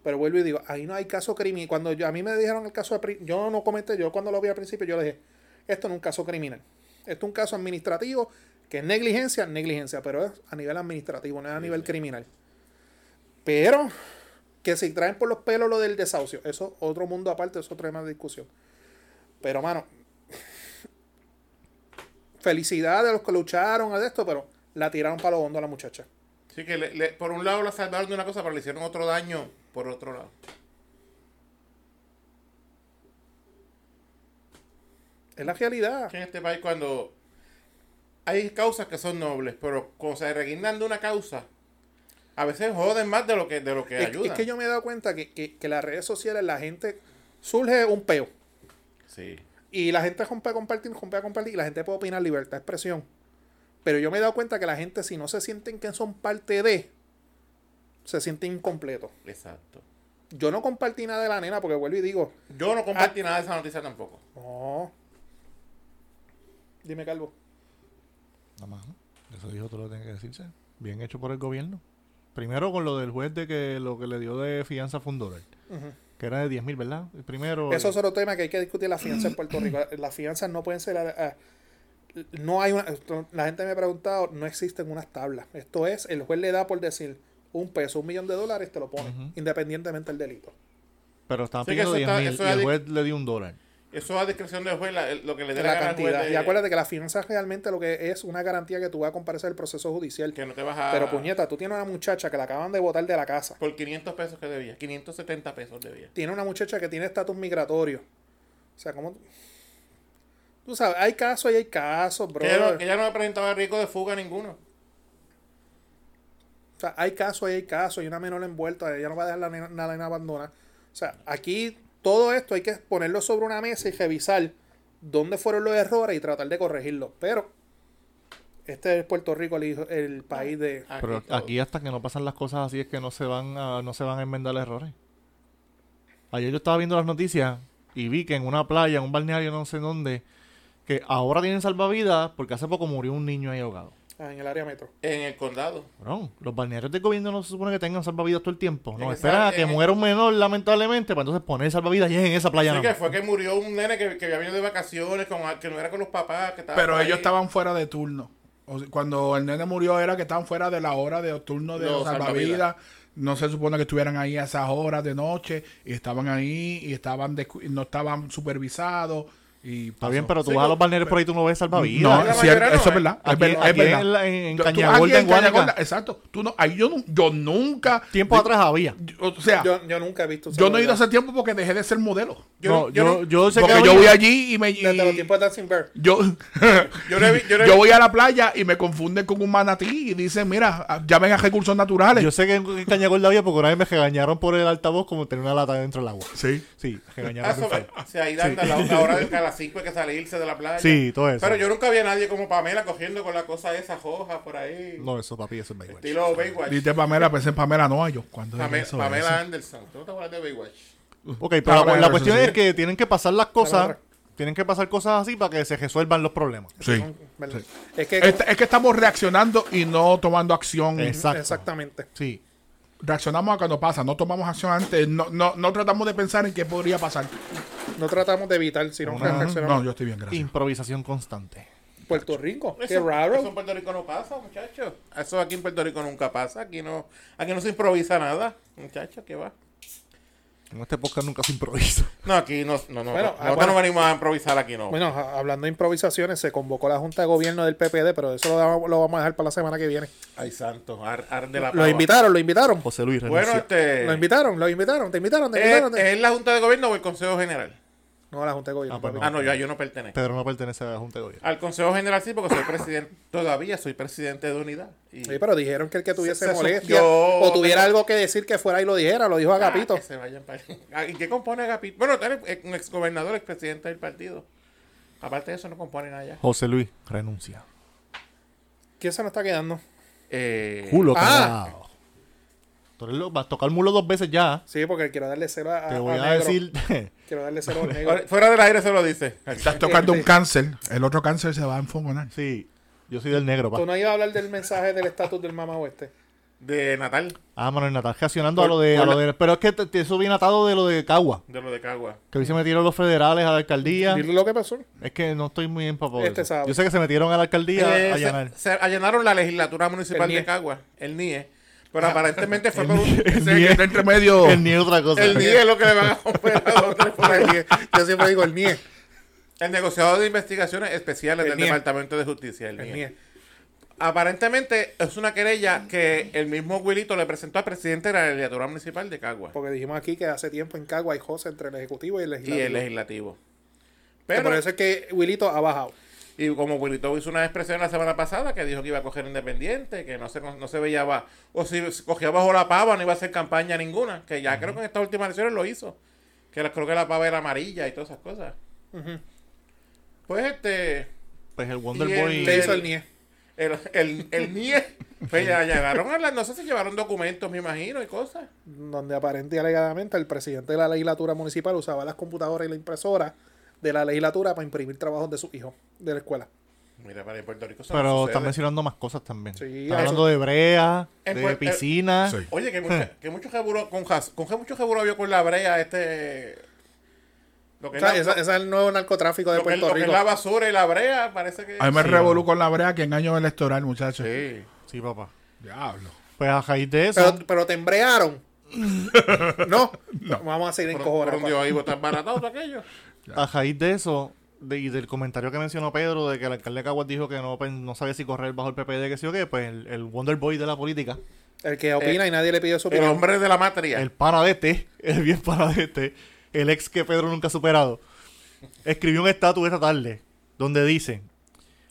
C: Pero vuelvo y digo, ahí no hay caso criminal. Cuando yo- a mí me dijeron el caso, de pri- yo no comenté, yo cuando lo vi al principio, yo le dije, esto no es un caso criminal. Esto es un caso administrativo, que es negligencia, negligencia, pero es a nivel administrativo, no es a nivel criminal. Pero que si traen por los pelos lo del desahucio, eso otro mundo aparte, es otro tema de discusión. Pero, mano, felicidades a los que lucharon a esto, pero la tiraron para lo hondo a la muchacha.
E: Sí, que le- le- por un lado la salvaron de una cosa, pero le hicieron otro daño por otro lado.
C: Es la realidad.
E: que en este país cuando hay causas que son nobles, pero cuando se reguindan de una causa, a veces joden más de lo que de lo que
C: Es,
E: ayudan.
C: es que yo me he dado cuenta que, que- que las redes sociales, la gente surge un peo.
E: Sí.
C: Y la gente rompe a compartir, rompe a compartir. Y la gente puede opinar libertad de expresión. Pero yo me he dado cuenta que la gente, si no se sienten que son parte de, se sienten incompletos.
E: Exacto.
C: Yo no compartí nada de la nena porque vuelvo y digo,
E: Yo no
C: Ah.
E: compartí nada de esa noticia tampoco.
C: no. Dime, Calvo.
B: Nada más, ¿no? Eso dijo todo lo que tenía que decirse. Bien hecho por el gobierno. Primero con lo del juez de que lo que le dio de fianza fue un dólar. Que era de 10 mil, ¿verdad? El primero.
C: Eso es otro tema que hay que discutir la fianza en Puerto Rico. Las fianzas no pueden ser... ah, ah, no hay una... esto- La gente me ha preguntado, no existen unas tablas. Esto es, el juez le da por decir un peso, un millón de dólares, te lo pone, independientemente del delito.
B: pero estaban
E: Sí, que
B: pidiendo
E: eso
B: 10 mil
E: está- eso
B: y
E: es
B: el
E: adic-
B: juez le dio un dólar.
E: Eso a discreción del juez, la- el- lo que le dé la,
C: la
E: gana al juez
C: cantidad.
E: de-
C: Y acuérdate que la fianza es realmente lo que es una garantía que tú vas a comparecer el proceso judicial.
E: que no te vas a
C: Pero puñeta, tú tienes una muchacha que la acaban de botar de la casa.
E: por 500 pesos que debía, 570 pesos debía.
C: Tiene una muchacha que tiene estatus migratorio. O sea, ¿cómo? tú- Tú sabes, hay casos y hay casos, bro.
E: Que ella,
D: eh,
E: no, que ella no presentaba riesgo de fuga ninguno.
C: O sea, hay casos y hay casos. Y una menor envuelta, ella no va a dejar la nena, la nena abandonada. O sea, aquí todo esto hay que ponerlo sobre una mesa y revisar dónde fueron los errores y tratar de corregirlos. Pero este es Puerto Rico, el, el país de...
E: Aquí
B: Pero
E: todo.
B: aquí hasta que no pasan las cosas así es que no se van a, no se van a enmendar los errores. Ayer yo estaba viendo las noticias y vi que en una playa, en un balneario no sé dónde, que ahora tienen salvavidas porque hace poco murió un niño ahí ahogado.
C: Ah, en el área metro.
E: en el condado.
B: Cabrón, los balnearios del gobierno no se supone que tengan salvavidas todo el tiempo.
E: En
B: No,
E: esa-
B: esperan a que
E: en-
B: muera un menor, lamentablemente, para entonces poner salvavidas y es en esa playa.
E: Sí,
B: nada
E: que
B: más.
E: fue que murió un nene que, que había venido de vacaciones, con, que no era con los papás, que estaba
D: Pero
E: por
D: ellos
E: ahí.
D: estaban fuera de turno. O sea, cuando el nene murió era que estaban fuera de la hora de turno de
E: Los
D: salvavidas. No se supone que estuvieran ahí a esas horas de noche y estaban ahí y estaban descu- y no estaban supervisados y
B: Está bien, pero tú
E: Sí,
B: vas a
E: no,
B: los balnearios por ahí tú no ves salvavidas.
D: no,
E: la
D: sí,
E: mayoría
D: eso
E: no,
D: es verdad, es
B: Aquí-
D: verdad, es
B: aquí en
D: verdad.
B: la- en- en
D: Tú- tú-
B: Cañagorda,
D: aquí
B: en Guánica.
D: Cañagorda, exacto. Tú no, ahí yo, nu- yo nunca
B: Tiempo
D: yo-
B: atrás había.
D: yo- o sea, yo,
C: Yo, yo nunca he visto. un
D: no he ido
C: celular.
D: hace tiempo porque dejé de ser modelo.
E: Yo
B: No,
E: no-
B: yo,
E: yo no-
B: yo sé que
D: Porque yo
B: había.
D: voy allí y me y-
C: Desde los tiempos de Dancing Bear.
D: yo
E: Yo no he vi- yo no he
D: yo
E: vi-
D: voy a la playa y me confunden con un manatí y dicen, mira, llamen a recursos naturales.
B: Yo sé que en en Cañagorda había porque una vez me regañaron por el altavoz como tener una lata dentro del agua.
D: sí.
B: Sí,
E: Ah,
B: regañaron.
E: eso,
B: bien feo.
E: o sea, ahí dando la, la hora de que a las 5 hay que salirse de la playa.
B: Sí, todo eso.
E: Pero yo nunca vi a nadie como Pamela cogiendo con la cosa de esas hojas por ahí.
B: No, eso papi, eso es Baywatch.
E: Estilo Baywatch.
D: Dice Pamela, pensé en Pamela Noa, yo. ¿Cuándo
E: Pame-
D: es eso?
E: Pamela
D: Eso.
E: Anderson. ¿Tú no te acuerdas de Baywatch?
B: Ok, pero la,
D: bueno,
B: la
D: eso
B: cuestión
D: sí.
B: es que tienen que pasar las
C: Dame
B: cosas,
C: otra.
B: tienen que pasar cosas así para que se resuelvan los problemas.
D: Sí.
C: ¿verdad? Es que.
D: Esta- es que estamos reaccionando y no tomando acción.
B: Exacto.
C: Exactamente.
B: Sí.
D: Reaccionamos a cuando pasa, no tomamos acción antes, no, no, no tratamos de pensar en qué podría pasar.
C: No tratamos de evitar, sino
B: Una-
D: No,
C: reaccionamos.
D: yo estoy bien, gracias.
B: Improvisación constante.
C: Puerto Rico. Qué
E: Eso- Eso en
C: raro.
E: Puerto Rico no pasa, muchachos. Eso aquí en Puerto Rico nunca pasa. Aquí no, aquí no se improvisa nada, muchachos. ¿Qué va?
B: En este podcast nunca se improvisa.
E: No, aquí no. no, no
C: Bueno,
E: nosotros
C: ah, bueno.
E: no venimos a improvisar aquí, no.
C: Bueno, a- hablando de improvisaciones, se convocó la Junta de Gobierno del PPD, pero eso lo, damos- lo vamos a dejar para la semana que viene.
E: Ay, santo. ar- arde la
C: Lo
E: pava.
C: invitaron, lo invitaron.
E: pues,
B: José Luis
E: Bueno,
B: renuncia.
E: este.
C: Lo invitaron, lo invitaron, te invitaron, te
E: ¿es,
C: invitaron. te-
E: es la Junta de Gobierno o el Consejo General?
C: No, la Junta de Gobierno.
B: Ah, pues no.
E: eh. Ah, no, yo, yo no pertenezco.
B: Pedro no pertenece a la Junta de Gobierno.
E: Al Consejo General sí, porque soy presidente, todavía soy presidente de unidad. Y
C: Sí, pero dijeron que el que tuviese
E: Se- se-
C: molestia
E: yo-
C: o tuviera
E: tengo-
C: algo que decir que fuera y lo dijera, lo dijo
E: Ah,
C: Agapito.
E: que se vayan para- Ah, ¿Y qué compone Agapito? Bueno, tú eres ex- un exgobernador, expresidente del partido. Aparte de eso, no compone nada ya.
B: José Luis renuncia.
C: ¿Quién se nos está quedando?
E: Eh,
B: Culo
C: Ah.
B: cagado. Tú eres lo- vas a tocar mulo dos veces ya.
C: Sí, porque quiero darle cero a,
B: Te
C: a-
B: voy
C: a
B: a
C: Ah, negro.
B: decir.
C: Quiero darle cero al negro.
E: ahora- Fuera del aire se lo dice.
D: Estás tocando un cáncer, el otro cáncer se va a enfogonar.
B: sí, yo soy del negro, pa.
C: Tú no ibas a hablar del mensaje del estatus del mamá oeste.
E: De Natal,
B: Ah, Manuel Natal, reaccionando a
E: Por-
B: lo de, a
E: por
B: lo
E: la-
B: de- Pero es que te- te- eso viene atado de lo de Cagua.
E: de lo de Cagua.
B: Que hoy se metieron los federales a la alcaldía.
C: Dile lo que pasó.
B: Es que no estoy muy empapado. de
C: Este
B: eso.
C: sábado.
B: Yo sé que se metieron a la alcaldía
E: Eh,
B: a
E: se-
B: llenar.
E: se, allanaron la legislatura municipal
C: El
E: de
C: NIE.
E: Cagua, el NIE. Pero aparentemente fue
B: Ah. el
E: por un...
D: Ese que está entre medio.
B: El ni otra cosa.
E: El NIE es lo que le van a comprar a los tres por ahí.
C: Yo siempre digo el NIE.
E: El negociador de investigaciones especiales
C: El
E: del
C: NIE.
E: Departamento de Justicia, el,
C: El
E: NIE.
C: NIE.
E: Aparentemente es una querella que el mismo Wilito le presentó al presidente de la legislatura municipal de Cagua
C: Porque dijimos aquí que hace tiempo en Cagua hay José entre el Ejecutivo y el
E: y el
C: Legislativo.
E: legislativo.
C: Que
E: Pero,
C: por eso es que Wilito ha bajado.
E: y como Wilito hizo una expresión la semana pasada que dijo que iba a coger independiente, que no se, no se veía ba- o si cogía bajo la pava no iba a hacer campaña ninguna, que ya creo que en estas últimas elecciones lo hizo, que la- creo que la pava era amarilla y todas esas cosas. Pues este...
B: Pues el
E: Y
B: Wonder
E: el-
B: Boy.
C: Le hizo el NIE.
E: El, el, el NIE. Pues ya llegaron a la- no sé si llevaron documentos, me imagino, y cosas.
C: donde aparente y alegadamente el presidente de la legislatura municipal usaba las computadoras y la impresora de la legislatura para imprimir trabajos de sus hijos de la escuela.
E: Mira, para en Puerto Rico eso no
B: Pero
E: sucede.
B: están mencionando más cosas también.
C: Sí,
B: están
C: eso-
B: hablando de brea,
E: En
B: de
E: Puer-
B: piscina.
A: Sí.
E: Oye, que, mucha- que mucho jeburo, con, jas- con que mucho jeburo vio con la brea este... Lo que,
C: O
E: es
C: sea,
E: la-
C: esa, esa es el nuevo narcotráfico de
E: lo que es-
C: Puerto
E: lo que es
C: Rico.
E: la basura y la brea, parece que...
A: Ahí me
B: Sí,
A: revolú con la brea que en año electoral, muchachos.
E: Sí.
B: Sí, papá.
A: Diablo.
B: Pues a raíz de eso.
C: Pero, pero te embrearon. no. Vamos a seguir en
E: Por, por donde
C: cojones.
E: iba ahí botar baratado todo aquello.
B: A raíz de eso, de- y del comentario que mencionó Pedro, de que el alcalde de Caguas dijo que no, pen- no sabía si correr bajo el PPD, que sí o qué, pues el, el Wonder Boy de la política,
C: El que opina
E: Eh,
C: y nadie le pidió su
E: El
C: opinión.
E: hombre de la matria.
B: el paradete, el bien paradete, el ex que Pedro nunca ha superado, escribió un estatus esta tarde donde dice: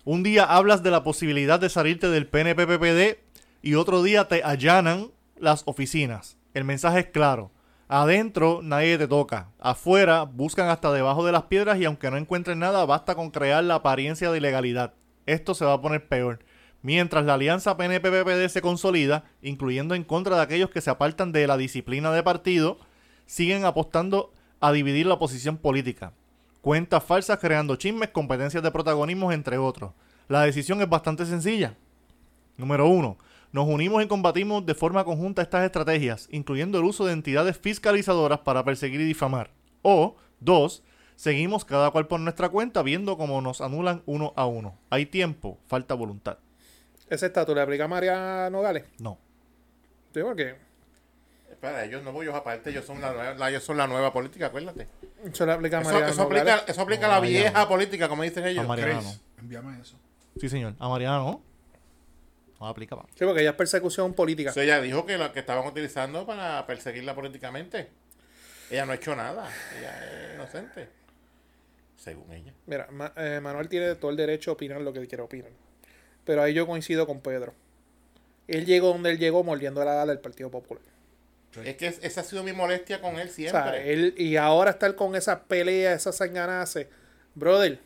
B: Un día hablas de la posibilidad de salirte del PNP-PPD y otro día te allanan las oficinas. El mensaje es claro. Adentro nadie te toca. Afuera buscan hasta debajo de las piedras y aunque no encuentren nada, basta con crear la apariencia de ilegalidad. Esto se va a poner peor. Mientras la alianza PNP-PPD se consolida, incluyendo en contra de aquellos que se apartan de la disciplina de partido, siguen apostando a dividir la oposición política. Cuentas falsas creando chismes, competencias de protagonismos, entre otros. La decisión es bastante sencilla. Número 1. Nos unimos y combatimos de forma conjunta estas estrategias, incluyendo el uso de entidades fiscalizadoras para perseguir y difamar. O 2. Seguimos cada cual por nuestra cuenta viendo cómo nos anulan uno a uno. Hay tiempo, falta voluntad.
C: Ese estatus le aplica a María Nogales.
B: No.
C: Digo que
E: Espera, ellos no, ellos aparte, ellos son la, nueva- la- ellos son la nueva política, acuérdate.
C: eso le aplica a
E: Eso,
C: María
E: eso
C: Nogales.
E: aplica, eso aplica a la vieja política, como dicen ellos.
B: A Mariana no.
A: Chris, envíame eso.
B: Sí, señor. A Mariana no. No aplica, papá.
C: Sí, porque ella es persecución política.
E: Eso ella dijo que lo que estaban utilizando para perseguirla políticamente. Ella no ha hecho nada. Ella es inocente. Según ella.
C: Mira, Ma- eh, Manuel tiene todo el derecho a opinar lo que quiera opinar. Pero ahí yo coincido con Pedro. Él llegó donde él llegó mordiendo la ala del Partido Popular.
E: Es que es- esa ha sido mi molestia con él
C: O
E: siempre.
C: sea, él, y ahora estar con esas peleas, esas sanganaces. Brother,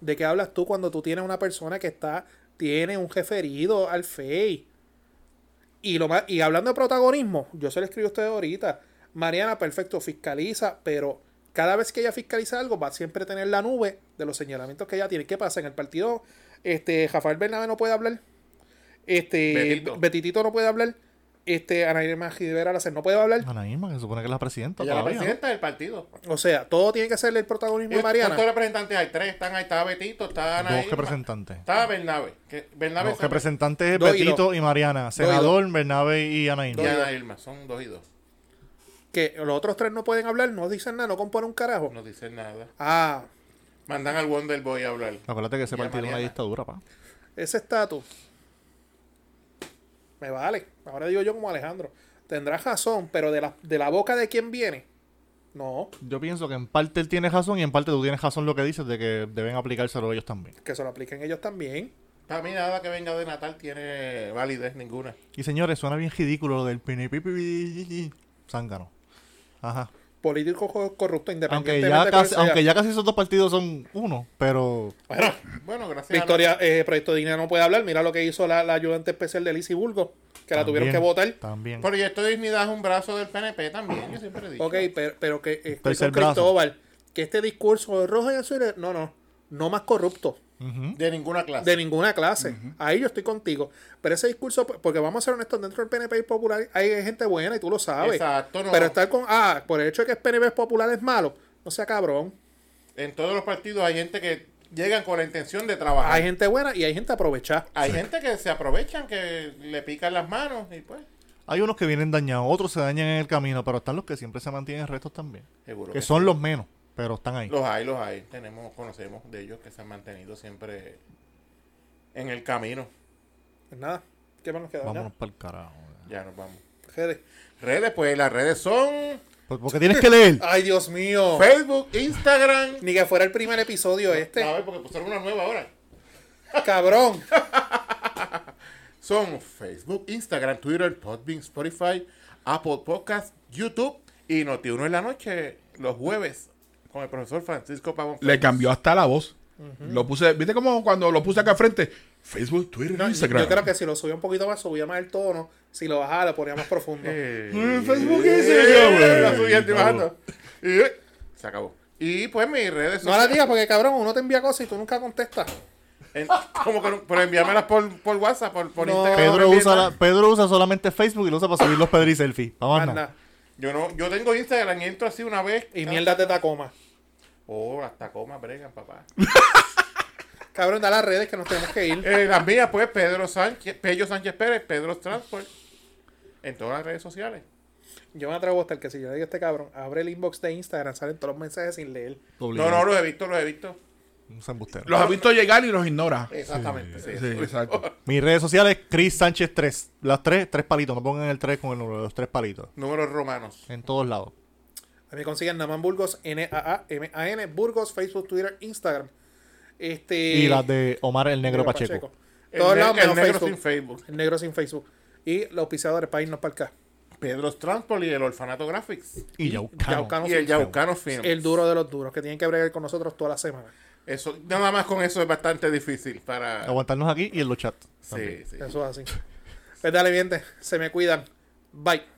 C: ¿de qué hablas tú cuando tú tienes una persona que está, tiene un jefe herido al FEI? Y, lo más, y hablando de protagonismo, yo se lo escribí a ustedes ahorita. Mariana, perfecto, fiscaliza, pero cada vez que ella fiscaliza algo, va a siempre tener la nube de los señalamientos que ella tiene. ¿Qué pasa? En el partido, este, Rafael Bernabé no puede hablar. Este,
E: Betito.
C: Betitito no puede hablar. Este, Ana Irma Rivera Lacen no puede hablar.
B: Ana Irma, que se supone que es la presidenta.
E: ella es la
B: todavía.
E: presidenta del partido.
C: O sea, todo tiene que ser el protagonismo de Mariana.
E: ¿Cuántos representantes hay? Tres. Están ahí. Está Betito, está Ana.
B: Dos
E: Irma,
B: representantes.
E: Está Bernabe. Que Bernabe
B: Los
E: se-
B: representantes es
C: Dos y
B: Betito y Mariana. Senador, Bernabe y Ana
E: y
B: Irma.
E: Ana Irma. Son dos y dos.
C: Que los otros tres no pueden hablar, no dicen nada, no componen un carajo.
E: No dicen nada.
C: Ah,
E: Mandan al Wonder Boy a hablar.
B: Acuérdate que ese
E: Y a
B: partido es una
E: Mariana.
B: dictadura, pa.
C: ese estatus. Me vale. Ahora digo yo como Alejandro. Tendrá razón, pero de la, de la boca de quién viene. No,
B: Yo pienso que en parte él tiene razón y en parte tú tienes razón lo que dices de que deben aplicárselo ellos también.
C: que se lo apliquen ellos también.
E: Para mí nada que venga de Natal tiene validez ninguna.
B: Y señores, suena bien ridículo lo del PNP. Zángano. Ajá.
C: Político co- corrupto
B: Aunque
C: independientemente.
B: ya,
C: de cuál
B: casi,
C: sea.
B: aunque ya casi esos dos partidos son uno, pero
E: Bueno, bueno gracias. a la-
C: Victoria, eh, Proyecto Digna no puede hablar. Mira lo que hizo la, la ayudante especial de Lizzie Burgo, que la tuvieron
B: también-
C: que votar.
B: También.
E: Proyecto Dignidad es un brazo del PNP también, yo siempre he dicho.
C: Ok, pero, pero que eh, estoy
B: Tercer
C: con
B: brazo.
C: Cristóbal, que este discurso de rojo y azul, es- no, no, no más corrupto
B: Ujú.
E: De ninguna clase.
C: de ninguna clase. Ahí yo estoy contigo. Pero ese discurso, porque vamos a ser honestos, dentro del PNP y Popular hay gente buena y tú lo sabes.
E: Exacto, no.
C: Pero estar con, ah, por el hecho de que el PNP Popular es malo, no sea cabrón.
E: En todos los partidos hay gente que llegan con la intención de trabajar.
C: Hay
E: Hay,
C: gente buena y hay gente aprovechada.
E: gente que se aprovechan, que le pican las manos y pues,
B: Hay unos que vienen dañados, otros se dañan en el camino, pero están los que siempre se mantienen restos también.
E: seguro.
B: Que
E: que
B: son los menos. pero están ahí.
E: Los hay, los hay. Tenemos, conocemos de ellos que se han mantenido siempre en el camino.
C: Pues nada, ¿qué más nos queda?
B: Vámonos para el carajo.
E: Ya nos vamos.
C: Ya, Jere.
E: Redes, pues las redes son
B: Por- Porque tienes que leer.
C: Ay, Dios mío.
E: Facebook, Instagram.
C: Ni que fuera el primer episodio
E: A
C: este.
E: ver, porque pusieron una nueva ahora.
C: Cabrón.
E: Son Facebook, Instagram, Twitter, Podbean, Spotify, Apple Podcast, YouTube y Notiuno en la noche, los jueves, con el profesor Francisco Pavón.
D: Le cambió hasta la voz. Lo puse, ¿viste como cuando lo puse acá al frente? Facebook, Twitter, Instagram.
C: Yo creo que si lo subía un poquito más, subía más el tono. Si lo bajaba, lo ponía más profundo.
E: Eh,
D: Facebook
E: eh, la
D: Instagram.
E: subiendo y bajando. Y, eh, se acabó. Y pues mis redes
C: No la digas porque, cabrón, uno te envía cosas y tú nunca contestas.
E: En- como que no- pero enviármelas por, por WhatsApp, por, por
C: No.
E: Instagram.
B: Pedro
E: también,
B: usa,
E: ¿no?
B: la- Pedro usa solamente Facebook y lo usa para subir los Pedri selfies. Vamos a
C: Anda.
E: Yo no, yo tengo Instagram y entro así una vez.
C: Y mierda de Tacoma.
E: Oh, hasta coma bregan, papá.
C: Cabrón, da las redes que nos tenemos que ir.
E: Eh, las mías, pues, Pedro Sánchez, Pello Sánchez Pérez, Pedro Transport. En todas las redes sociales.
C: Yo me atrevo hasta el que si yo le digo a este cabrón, abre el inbox de Instagram, salen todos los mensajes sin leer.
E: No, no, los he visto, los he visto.
B: Un embustero.
D: Los ha visto llegar y los ignora.
E: Exactamente. Sí,
D: Sí, exacto.
B: Mis redes sociales, Chris Sánchez 3. Las tres, tres palitos. No pongan el 3 con el número, los tres palitos.
E: Números romanos.
B: En todos lados.
C: A mí me consiguen Naman Burgos, N-A-A-M-A-N, Burgos, Facebook, Twitter, Instagram. Este,
B: Y las de Omar el Negro Pacheco.
E: El
C: Todos
E: ne-
C: lados
E: el
C: menos
E: negro
C: Facebook.
E: sin Facebook.
C: El negro sin Facebook. Y los auspiciadores para irnos para acá.
E: Pedro Transport y el Orfanato Graphics.
B: Y Yaucano.
C: Yaucano
E: Y el
C: Films.
E: Yaucano Film.
C: El duro de los duros, que tienen que bregar con nosotros toda la semana.
E: Eso, nada más con eso es bastante difícil para.
B: Aguantarnos aquí y en los chats. Ah, también.
E: Sí, sí.
C: Eso es así. pues dale, gente, se me cuidan. Bye.